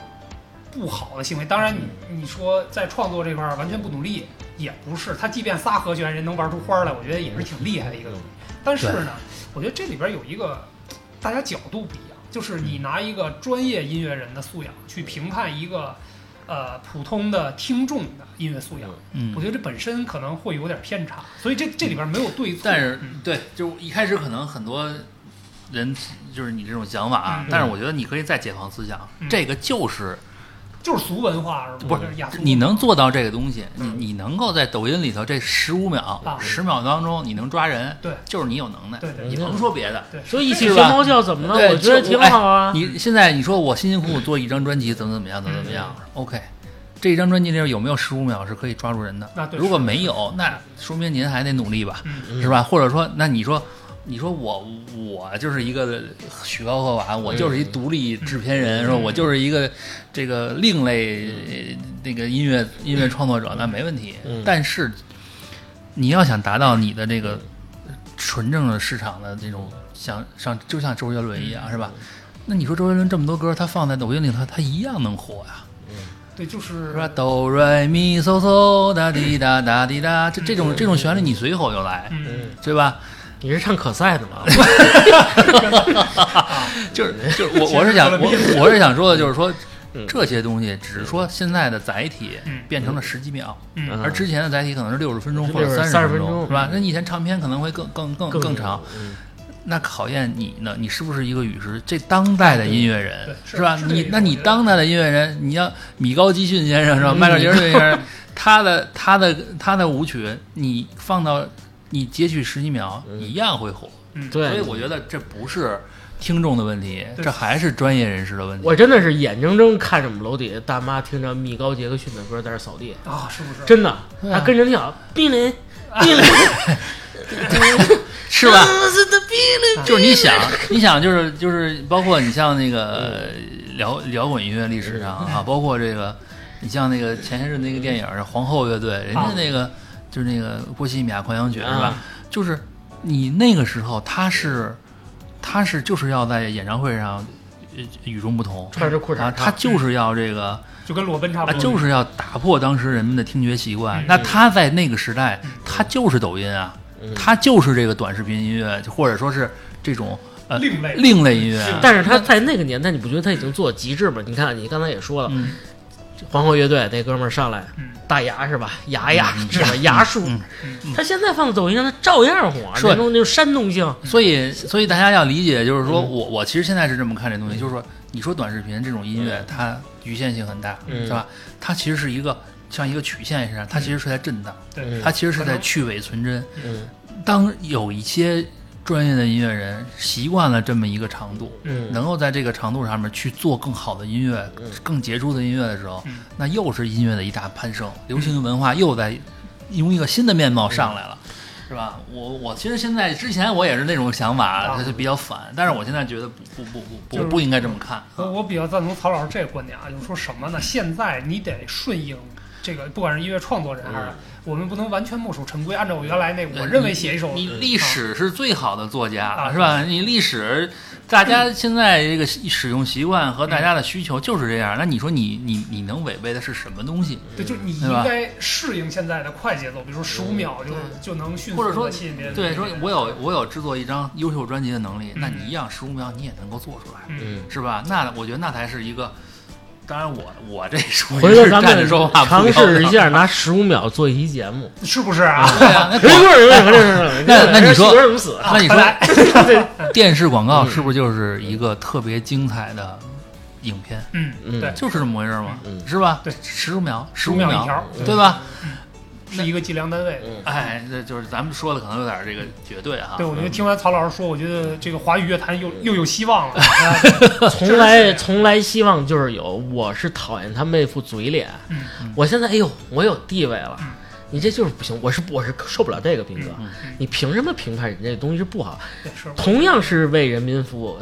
Speaker 3: 不好的行为。当然你，你说在创作这块儿完全不努力也不是，他即便仨和弦人能玩出花儿来，我觉得也是挺厉害的一个东
Speaker 2: 嗯
Speaker 3: 西。
Speaker 5: 嗯
Speaker 3: 但是呢，我觉得这里边有一个大家角度不一样，就是你拿一个专业音乐人的素养去评判一个呃普通的听众的音乐素养，
Speaker 5: 嗯
Speaker 3: 我觉得这本身可能会有点偏差，所以这这里边没有对错。
Speaker 5: 但是
Speaker 3: 嗯
Speaker 5: 对，就一开始可能很多人就是你这种想法啊
Speaker 3: 嗯，
Speaker 5: 但是我觉得你可以再解放思想
Speaker 3: 嗯，
Speaker 5: 这个就是
Speaker 3: 就是俗文化是吧？
Speaker 5: 不是
Speaker 3: 就是雅俗
Speaker 5: 你能做到这个东西，你
Speaker 3: 嗯
Speaker 5: 你能够在抖音里头这十五秒
Speaker 3: 啊、
Speaker 5: 十秒当中你能抓人，
Speaker 3: 对
Speaker 5: 就是你有能耐，
Speaker 3: 对对
Speaker 5: 你甭说别的。
Speaker 3: 对，
Speaker 2: 所以一起
Speaker 5: 是
Speaker 2: 学
Speaker 5: 吧
Speaker 2: 猫叫怎么了？
Speaker 5: 对
Speaker 2: 我觉得
Speaker 5: 就
Speaker 2: 挺
Speaker 5: 哎
Speaker 2: 好啊。
Speaker 5: 你现在你说我辛辛苦苦做一张专辑，怎么怎么样，怎么怎么样？OK，这一张专辑里有没有十五秒是可以抓住人的？
Speaker 3: 那对
Speaker 5: 如果没有，那说明您还得努力吧。
Speaker 3: 嗯
Speaker 5: 是吧？或者说，那你说，你说我我就是一个曲高和寡，我就是一独立制片
Speaker 3: 嗯
Speaker 5: 人，是吧？我就是一个这个另类呃那个音乐音乐创作者，那没问题
Speaker 2: 嗯。
Speaker 5: 但是你要想达到你的这个纯正的市场的这种想像就像周杰伦一
Speaker 3: 嗯
Speaker 5: 样，是吧？那你说周杰伦这么多歌，他放在抖音里头，他一样能火呀、
Speaker 3: 对，就是嗯
Speaker 5: 是吧？哆来咪嗦嗦哒滴哒哒滴哒，这这种这种旋律你随口就来，
Speaker 3: 嗯，
Speaker 5: 对吧？
Speaker 2: 你是唱可赛的 吗？
Speaker 5: 就是就是我我是想我我是呃想说的，就是说
Speaker 2: 嗯
Speaker 5: 这些东西只是说现在的载体
Speaker 3: 嗯
Speaker 5: 变成了十几秒，
Speaker 3: 嗯
Speaker 5: 而之前的载体可能是六十分钟或者
Speaker 2: 60
Speaker 5: 十分
Speaker 2: 分钟
Speaker 5: 是吧？那你以前唱片可能会更更更更长，
Speaker 2: 嗯
Speaker 5: 那考验你呢，你是不是一个与时这当代的音乐
Speaker 3: 对
Speaker 5: 人
Speaker 3: 是
Speaker 5: 吧？
Speaker 3: 是这个意
Speaker 5: 你
Speaker 3: 思
Speaker 5: 那你
Speaker 3: 我觉得
Speaker 5: 当代的音乐人，你要米高基逊先生是吧？
Speaker 2: 嗯
Speaker 5: 迈克尔杰克逊先生，他的他的他的舞曲，你放到你截取十几秒，
Speaker 2: 嗯
Speaker 5: 一样会火。
Speaker 2: 对，
Speaker 5: 所以我觉得这不是听众的问题，
Speaker 3: 对
Speaker 5: 这还是专业人士的问题。
Speaker 2: 我真的是眼睁睁看着我们楼底下大妈听着米高杰克逊的歌在那儿扫地，
Speaker 3: 啊，是不是？
Speaker 2: 真的，
Speaker 5: 对啊
Speaker 2: 她跟着跳，冰凌，冰凌，
Speaker 5: 哎是吧？
Speaker 2: 是的，冰 凌，
Speaker 5: 就是你想，你想，就是就是，包括你像那个摇摇滚音乐历史上啊，包括这个，你像那个前些日子那个电影儿《皇后乐队》，人家那个就是那个波西米亚狂想曲是吧
Speaker 2: 啊？
Speaker 5: 就是你那个时候，他是他是就是要在演唱会上呃与众不同，
Speaker 2: 穿着裤衩
Speaker 5: 啊，他
Speaker 2: 唱，
Speaker 5: 就是要这个。
Speaker 3: 就跟裸奔差不
Speaker 5: 啊，
Speaker 3: 多，
Speaker 5: 就是要打破当时人们的听觉习惯
Speaker 3: 嗯。
Speaker 5: 那他在那个时代，他就是抖音啊，
Speaker 3: 嗯
Speaker 5: 他就是这个短视频音乐，或者说是这种呃
Speaker 3: 另类
Speaker 5: 另类音乐。啊
Speaker 2: 但是她在那个年代，你不觉得她已经做到极致吗？你看，你刚才也说了，
Speaker 5: 嗯，
Speaker 2: 皇后乐队那哥们儿上来
Speaker 3: 嗯，
Speaker 2: 大牙是吧？牙牙是吧？牙叔
Speaker 5: 嗯，
Speaker 2: 他现在放在抖音上，他照样火，
Speaker 5: 是
Speaker 2: 那种那种煽动性，
Speaker 5: 嗯所以
Speaker 3: 嗯
Speaker 5: 所以大家要理解，就是说我我其实现在是这么看这东
Speaker 3: 嗯
Speaker 5: 西，就是说你说短视频这种音乐，它局限性很大，
Speaker 2: 嗯
Speaker 5: 是吧？它其实是一个像一个曲线一样，它其
Speaker 3: 嗯
Speaker 5: 实是在震荡，
Speaker 3: 对，
Speaker 5: 它其实是在去伪存真。
Speaker 2: 嗯
Speaker 5: 当有一些专业的音乐人习惯了这么一个长度，
Speaker 2: 嗯，
Speaker 5: 能够在这个长度上面去做更好的音乐、更杰出的音乐的时候
Speaker 3: 嗯，
Speaker 5: 那又是音乐的一大攀升，流行文化又在用一个新的面貌上来了。是吧？我我其实现在之前我也是那种想法，就是比较反，但是我现在觉得不不不不不
Speaker 3: 啊就是嗯
Speaker 5: 不应该这么看。
Speaker 3: 我我比较赞同曹老师这个观点啊，就是说什么呢？现在你得顺应这个不管是音乐创作人还是
Speaker 2: 嗯
Speaker 3: 我们不能完全墨守成规，按照我原来那我认为写一首
Speaker 5: 呃
Speaker 3: 嗯
Speaker 5: 你历史是最好的作家，
Speaker 3: 啊
Speaker 5: 是吧？你历史，大家现在这个使用习惯和大家的需求就是这样。那你说你你你能违背的是什么东西？
Speaker 3: 对，就是你
Speaker 5: 对吧嗯
Speaker 3: 应该适应现在的快节奏，比如说十五秒就就能迅
Speaker 5: 或者
Speaker 3: 速
Speaker 5: 说
Speaker 3: 的吸引别人。嗯
Speaker 5: 对，说我有我有制作一张优秀专辑的能力，那你一样十五秒你也能够做出来，
Speaker 2: 嗯，
Speaker 5: 是吧？那我觉得那才是一个。当然我，我这属于
Speaker 2: 回头
Speaker 5: 是
Speaker 2: 咱
Speaker 5: 站着
Speaker 2: 们
Speaker 5: 说话不
Speaker 2: 尝
Speaker 5: 腰
Speaker 2: 试一
Speaker 5: 疼
Speaker 2: 下拿十五秒做一期节目。
Speaker 5: 嗯
Speaker 3: 是不是啊？
Speaker 5: 对啊，那
Speaker 2: 没
Speaker 5: 广
Speaker 2: 错，没错，没错。
Speaker 5: 那那你说
Speaker 2: 人怎 么死？啊
Speaker 5: 那你
Speaker 3: 本来
Speaker 5: 说电视广
Speaker 2: 嗯
Speaker 5: 告是不是就是一个特别精彩的影片？
Speaker 3: 嗯，
Speaker 2: 嗯
Speaker 3: 对，
Speaker 5: 就是这么回事儿嘛，
Speaker 2: 嗯
Speaker 5: 是吧？
Speaker 3: 对
Speaker 5: 十五秒，十
Speaker 3: 五
Speaker 5: 五
Speaker 3: 一条，
Speaker 5: 对吧？
Speaker 3: 是一个计量单位。
Speaker 5: 哎，这就是咱们说的可能有点这个绝对哈
Speaker 3: 对，。我觉得听完曹老师说，我觉得这个华语乐坛又又有希望了。啊
Speaker 2: 从
Speaker 5: 啊
Speaker 2: 来从来希望就是有，我是讨厌他们那副嘴脸。
Speaker 3: 嗯
Speaker 2: 我现在哎呦，我有地位了
Speaker 3: 嗯，
Speaker 2: 你这就是不行，我是我是受不了这个，斌哥，
Speaker 5: 嗯
Speaker 2: 你凭什么评判人家东西是不好？
Speaker 3: 对是
Speaker 2: 同样是为人民服务，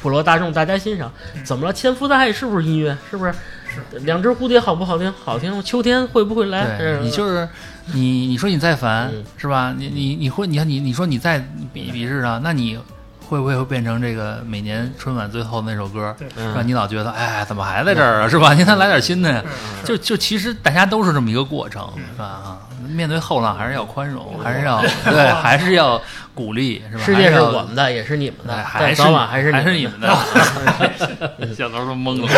Speaker 2: 普罗大众大家欣赏，
Speaker 5: 嗯
Speaker 2: 怎么了？千夫大汉是不是音乐？是不是？是。两只蝴蝶好不好听？好听。秋天会不会
Speaker 3: 哎
Speaker 2: 来？
Speaker 5: 对你就是你，你说你再烦
Speaker 2: 嗯
Speaker 5: 是吧？你你你会，你看你你说你再比比试啊上，那你会不会会变成这个每年春晚最后那首歌？
Speaker 3: 对
Speaker 5: 是
Speaker 2: 嗯
Speaker 5: 吧？你老觉得哎，怎么还在这儿啊？是吧？你看来点新的呀。
Speaker 3: 嗯
Speaker 5: 就就其实大家都是这么一个过程，是吧？啊，面对后浪还是要宽
Speaker 3: 嗯
Speaker 5: 容，还是要对，还是要鼓励，是吧？
Speaker 2: 世界
Speaker 5: 还
Speaker 2: 是
Speaker 5: 要
Speaker 2: 我们的，也是你们的
Speaker 5: 哎，
Speaker 2: 但
Speaker 5: 还是
Speaker 2: 早晚还是
Speaker 5: 还
Speaker 2: 们
Speaker 5: 是
Speaker 2: 的
Speaker 5: 你们 的。 小头都懵了。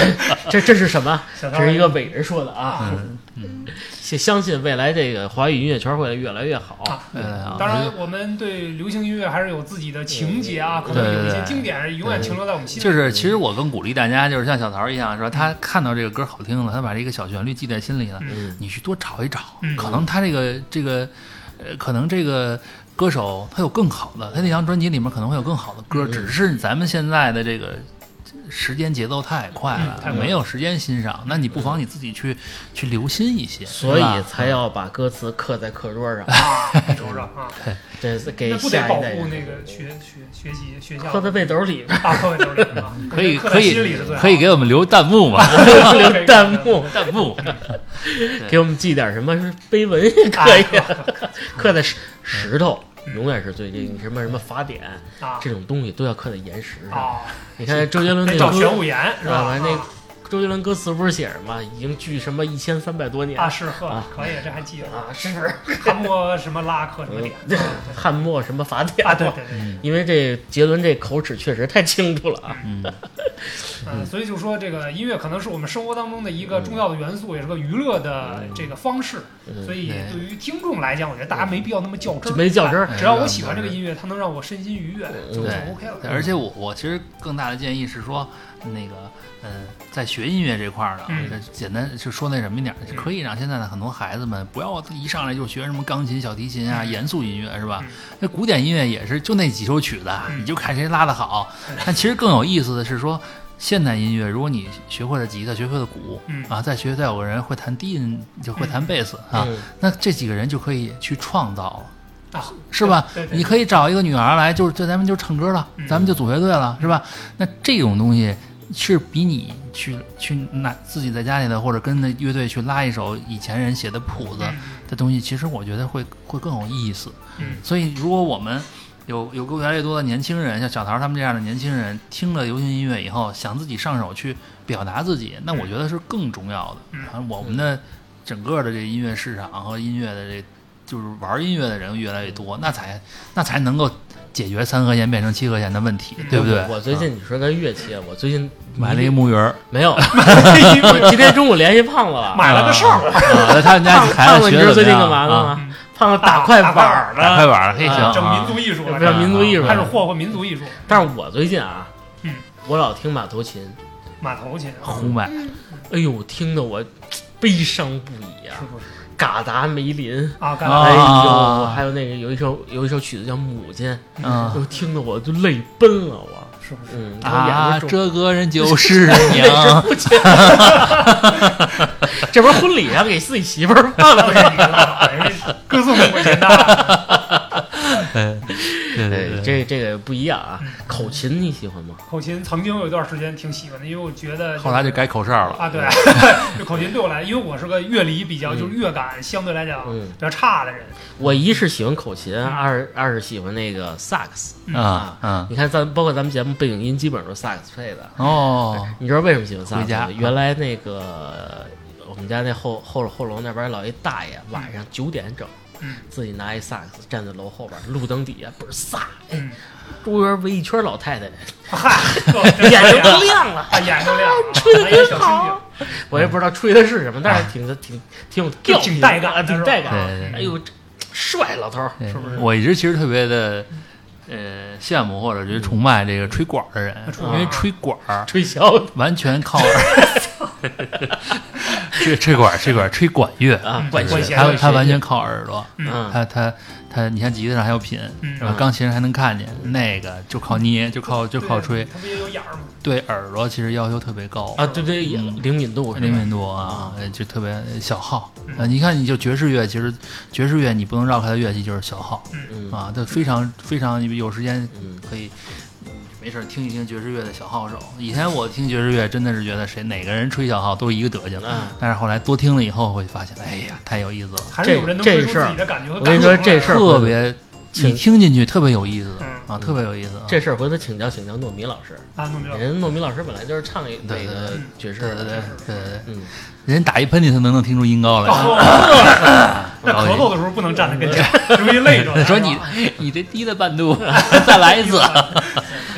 Speaker 2: 这这是什么？
Speaker 3: 小
Speaker 2: 这
Speaker 3: 刀
Speaker 2: 是一个伟人说的啊！
Speaker 5: 嗯
Speaker 2: 相相信未来这个华语音乐圈会越来越好。
Speaker 3: 啊
Speaker 5: 对啊
Speaker 3: 当然，我们对流行音乐还是有自己的情节啊，可
Speaker 5: 对
Speaker 3: 能有一
Speaker 5: 对
Speaker 3: 些
Speaker 5: 对
Speaker 3: 经典永远停留在我们心里。
Speaker 5: 就是，其实我更鼓励大家，就是像小桃一样，是吧？他
Speaker 3: 嗯
Speaker 5: 看到这个歌好听了，他把这个小旋律记在心里了，
Speaker 2: 嗯
Speaker 5: 你去多找一找，
Speaker 3: 嗯
Speaker 5: 可能他这个这个，呃，可能这个歌手他有更好的，他那张专辑里面可能会有更好的
Speaker 3: 嗯
Speaker 5: 歌，只是咱们现在的这个。时间节奏太快了，
Speaker 3: 嗯太快了
Speaker 5: 没有时间欣赏。那你不妨你自己去去留心一些，
Speaker 2: 所
Speaker 5: 是吧嗯
Speaker 2: 以才要把歌词刻在课桌上，
Speaker 3: 啊，你瞅瞅啊，
Speaker 2: 这是给
Speaker 3: 那不得
Speaker 2: 下
Speaker 3: 保
Speaker 2: 一代
Speaker 3: 护
Speaker 2: 人
Speaker 3: 那个学学学习学校
Speaker 2: 刻在背兜里 边，
Speaker 3: 啊，课本都是这样啊，
Speaker 5: 可以
Speaker 3: 刻
Speaker 5: 可
Speaker 3: 在心里
Speaker 5: 以
Speaker 3: 是最好
Speaker 5: 可以给我们留弹幕 嘛？
Speaker 3: 的
Speaker 2: 留弹幕，
Speaker 5: 弹幕，
Speaker 2: 给我们寄点什么碑文也
Speaker 5: 哎
Speaker 2: 可以
Speaker 3: 啊，
Speaker 2: 刻在石石头。永远是最这什么什么法典
Speaker 3: 啊
Speaker 2: 这种东西都要刻在岩石上。
Speaker 3: 啊，
Speaker 2: 你看周杰伦那
Speaker 3: 得
Speaker 2: 个
Speaker 3: 找
Speaker 2: 歌
Speaker 3: 玄武岩是吧？
Speaker 2: 啊，那周杰伦歌词不是写着吗？已经距什么一千三百多年
Speaker 3: 啊是呵
Speaker 2: 啊，
Speaker 3: 可以，这还记得
Speaker 2: 啊，是不是？
Speaker 3: 韩国什么拉克什么点
Speaker 2: 啊 汉末什么法典
Speaker 3: 啊？对对对。
Speaker 2: 因为这杰伦这口齿确实太清楚了啊。
Speaker 5: 嗯，
Speaker 3: 嗯，所以就说这个音乐可能是我们生活当中的一个重要的元素，也是个娱乐的这个方式。所以对于听众来讲，我觉得大家没必要那么较真儿，
Speaker 2: 就没较真儿
Speaker 3: 啊只要我喜欢这个音乐，它能让我身心愉悦，就就 OK 了。
Speaker 5: 对，而且我我其实更大的建议是说，那个，嗯、在学音乐这块儿呢，
Speaker 3: 嗯
Speaker 5: 呃简单就说那什么一点儿，可以让现在的很多孩子们不要一上来就学什么钢琴、小提琴
Speaker 3: 嗯
Speaker 5: 啊，严肃音乐是吧？那古典音乐也是就那几首曲子，
Speaker 3: 嗯
Speaker 5: 你就看谁拉得好。但其实更有意思的是说。现代音乐，如果你学会了吉他，学会了鼓，
Speaker 3: 嗯
Speaker 5: 啊，再学再有个人会弹低音，就会弹贝斯、啊，
Speaker 2: 嗯
Speaker 5: 那这几个人就可以去创造了。
Speaker 3: 啊，
Speaker 5: 是吧
Speaker 3: 对对？对
Speaker 5: 你可以找一个女孩来，就是这咱们就唱歌了，咱们就组乐队了，是吧？那这种东西是比你去去拿自己在家里的，或者跟着乐队去拉一首以前人写的谱子的东西，其实我觉得会会更有意思。
Speaker 3: 嗯
Speaker 5: 所以如果我们有有越来越多的年轻人，像小桃他们这样的年轻人，听了流行音乐以后，想自己上手去表达自己，
Speaker 2: 嗯
Speaker 5: 那我觉得是更重要的。反正我们的整个的这音乐市场和音乐的这就是玩音乐的人越来越
Speaker 2: 嗯
Speaker 5: 多，那才那才能够解决三合弦变成七合弦的问题，对不对？
Speaker 2: 嗯
Speaker 5: 啊
Speaker 2: 我最近你说个乐器，我最近
Speaker 5: 买了一个木鱼 儿，
Speaker 2: 没有？我今天中午联系胖子了。
Speaker 3: 嗯买了个哨儿，
Speaker 5: 啊，那他们家
Speaker 2: 胖
Speaker 5: 孩
Speaker 2: 胖
Speaker 5: 子
Speaker 2: 子，你
Speaker 5: 学
Speaker 2: 知道
Speaker 5: 的
Speaker 2: 最近干嘛了
Speaker 5: 啊
Speaker 2: 吗？啊胖子打快板儿
Speaker 5: 打
Speaker 2: 呢，
Speaker 5: 快板儿，嘿，行，
Speaker 3: 整
Speaker 5: 啊
Speaker 3: 民族艺术
Speaker 2: 这
Speaker 3: 了，
Speaker 2: 民族艺术
Speaker 3: 开始霍霍民族艺术，
Speaker 2: 但是我最近啊
Speaker 3: 嗯，
Speaker 2: 我老听马头琴，
Speaker 3: 马头琴啊
Speaker 5: 胡 买，
Speaker 4: 嗯，
Speaker 2: 哎呦，听得我悲伤不已啊
Speaker 3: 是！不是
Speaker 2: 嘎达梅林，
Speaker 3: 啊？干
Speaker 5: 啊
Speaker 2: 哎呦，还有那个有一首有一首曲子叫《母亲》，
Speaker 5: 嗯
Speaker 2: 就听得我就泪奔了，我
Speaker 3: 是不是？
Speaker 2: 嗯
Speaker 5: 啊，
Speaker 2: 这
Speaker 5: 这个人就是啊 娘，
Speaker 2: 这不是婚礼上啊给自己媳妇儿放的吗？
Speaker 3: 歌颂母亲的，
Speaker 5: 嗯，对对
Speaker 2: 哎
Speaker 5: 对，
Speaker 2: 这这个不一样啊。口琴你喜欢吗？
Speaker 3: 口琴曾经有一段时间挺喜欢的，因为我觉得
Speaker 5: 后来就改口哨了。
Speaker 3: 啊，对，
Speaker 2: 嗯
Speaker 3: 这口琴对我来，因为我是个乐理比较就是乐感相对来讲
Speaker 2: 嗯
Speaker 3: 比较差的人，
Speaker 2: 我一是喜欢口琴，二二是喜欢那个萨克斯。
Speaker 5: 啊嗯
Speaker 2: 你看咱包括咱们节目背景音基本上都是萨克斯配的。
Speaker 5: 哦，
Speaker 2: 你知道为什么喜欢萨克
Speaker 5: 回
Speaker 2: 斯
Speaker 5: 家
Speaker 2: 吗？
Speaker 3: 啊
Speaker 2: 原来那个我们家那后后后楼那边老一大爷，晚上九点整
Speaker 3: 嗯，
Speaker 2: 自己拿一萨克斯站在楼后边，路灯底下倍儿飒，哎
Speaker 3: 嗯，
Speaker 2: 周围围一圈老太太，
Speaker 3: 嗨，
Speaker 2: 眼睛都亮了。
Speaker 3: 啊，眼睛亮了，哎呀，小清醒，
Speaker 2: 我也不知道吹的是什么，但是挺挺挺有调性的，
Speaker 3: 挺带感的
Speaker 2: 啊挺带感
Speaker 5: 是
Speaker 3: 嗯
Speaker 5: 吧对对
Speaker 2: 的。
Speaker 5: 对
Speaker 2: 哎呦，这帅老头儿，
Speaker 5: 对
Speaker 3: 是不是
Speaker 5: 我一直其实特别的呃羡慕或者觉得崇拜这个吹管儿的人，
Speaker 3: 吹
Speaker 5: 因
Speaker 3: 管儿
Speaker 5: 为吹管儿
Speaker 2: 吹箫的
Speaker 5: 完全靠 耳，吹吹管儿吹管儿吹管乐
Speaker 2: 啊，
Speaker 3: 嗯管
Speaker 2: 管
Speaker 3: 弦
Speaker 2: 弦，
Speaker 5: 他他完全靠耳朵，啊
Speaker 2: 嗯，
Speaker 5: 他他他，你像吉他上还有品，
Speaker 3: 嗯
Speaker 5: 是吧？钢琴上还能看见，那个就靠捏，就靠就靠吹，
Speaker 3: 他不也有眼儿吗？
Speaker 5: 对耳朵其实要求特别高
Speaker 2: 啊，，对对，也
Speaker 3: 嗯
Speaker 2: 灵敏度是吧嗯
Speaker 5: 灵敏度啊，呃就特别小号。啊，你看，你就爵士乐，其实爵士乐你不能绕开的乐器就是小号
Speaker 2: 嗯
Speaker 5: 啊，它非常非常有时间
Speaker 2: 嗯
Speaker 5: 可以。没事儿，听一听爵士乐的小号手。以前我听爵士乐，真的是觉得谁哪个人吹小号都一个德行
Speaker 2: 嗯。
Speaker 5: 但是后来多听了以后，会发现，哎呀，太有意思了。
Speaker 3: 还是有人能
Speaker 2: 这
Speaker 3: 吹
Speaker 2: 这
Speaker 3: 出
Speaker 2: 事儿
Speaker 3: 自己的感觉和
Speaker 2: 我跟你
Speaker 3: 感受
Speaker 2: 说
Speaker 3: 来
Speaker 2: 这事儿
Speaker 5: 特别，
Speaker 2: 请
Speaker 5: 你听进去特别有意思
Speaker 3: 嗯
Speaker 5: 啊，特别有意思啊。
Speaker 2: 这事儿回头请教请教糯米老师，
Speaker 3: 啊，弄这
Speaker 2: 人家糯米老师本来就是唱那
Speaker 5: 对对
Speaker 2: 个
Speaker 5: 对
Speaker 2: 爵士
Speaker 5: 对对
Speaker 2: 的，
Speaker 5: 对对对，
Speaker 2: 嗯，
Speaker 5: 人家打一喷嚏，他能能听出音高来。
Speaker 2: 哦
Speaker 3: 那咳嗽的时候不能站在跟
Speaker 2: 嗯
Speaker 3: 前，容易累着。
Speaker 5: 说你你这低了半度，再来一 次。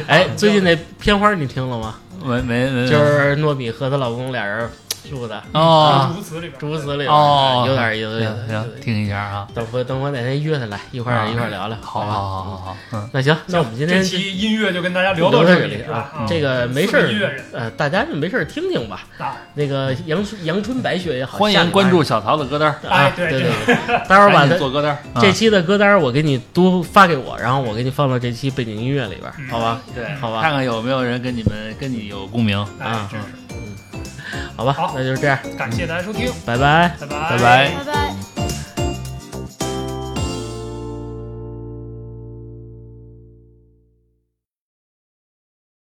Speaker 2: 哎，最近那片花你听了吗？
Speaker 5: 没没没，
Speaker 2: 就是糯米和她老公俩人住的
Speaker 3: 啊，
Speaker 5: 哦
Speaker 3: 竹词里边，
Speaker 2: 竹子里边哎
Speaker 5: 哦，
Speaker 2: 有点意思，有点
Speaker 5: 行啊
Speaker 2: 意思
Speaker 5: 行，。听一下啊。
Speaker 2: 等回等我哪天约他来一块儿一块儿聊聊，
Speaker 5: 好
Speaker 2: 吧
Speaker 5: 好好好好，嗯，
Speaker 2: 那行，那我们今天就
Speaker 3: 这期音乐就跟大家聊到这
Speaker 2: 这
Speaker 3: 里
Speaker 2: 里
Speaker 3: 是吧？嗯
Speaker 2: 啊，这个没事
Speaker 3: 四个音乐
Speaker 2: 儿
Speaker 3: 人，
Speaker 2: 呃，大家就没事儿听听吧。
Speaker 3: 啊，
Speaker 2: 那个阳春阳春白雪也好，
Speaker 5: 欢
Speaker 2: 下礼
Speaker 5: 迎
Speaker 2: 拜
Speaker 5: 关注小桃的歌单，
Speaker 2: 啊
Speaker 3: 哎，
Speaker 2: 对
Speaker 3: 对
Speaker 2: 对，待会儿把
Speaker 5: 赶紧
Speaker 2: 它
Speaker 5: 做歌单。
Speaker 2: 这期的歌单我给你都发给我，然后我给你放到这期背景音乐里边
Speaker 3: 嗯
Speaker 2: 儿，好吧？
Speaker 3: 对
Speaker 5: 看
Speaker 2: 好吧，
Speaker 5: 看有没有人跟你们跟你有共鸣。
Speaker 2: 啊
Speaker 3: 哎，真是
Speaker 2: 好吧
Speaker 3: 好，
Speaker 2: 那就是这样，
Speaker 3: 感谢大家收听，
Speaker 2: 拜拜。
Speaker 3: 拜拜
Speaker 5: 拜拜
Speaker 4: 拜拜。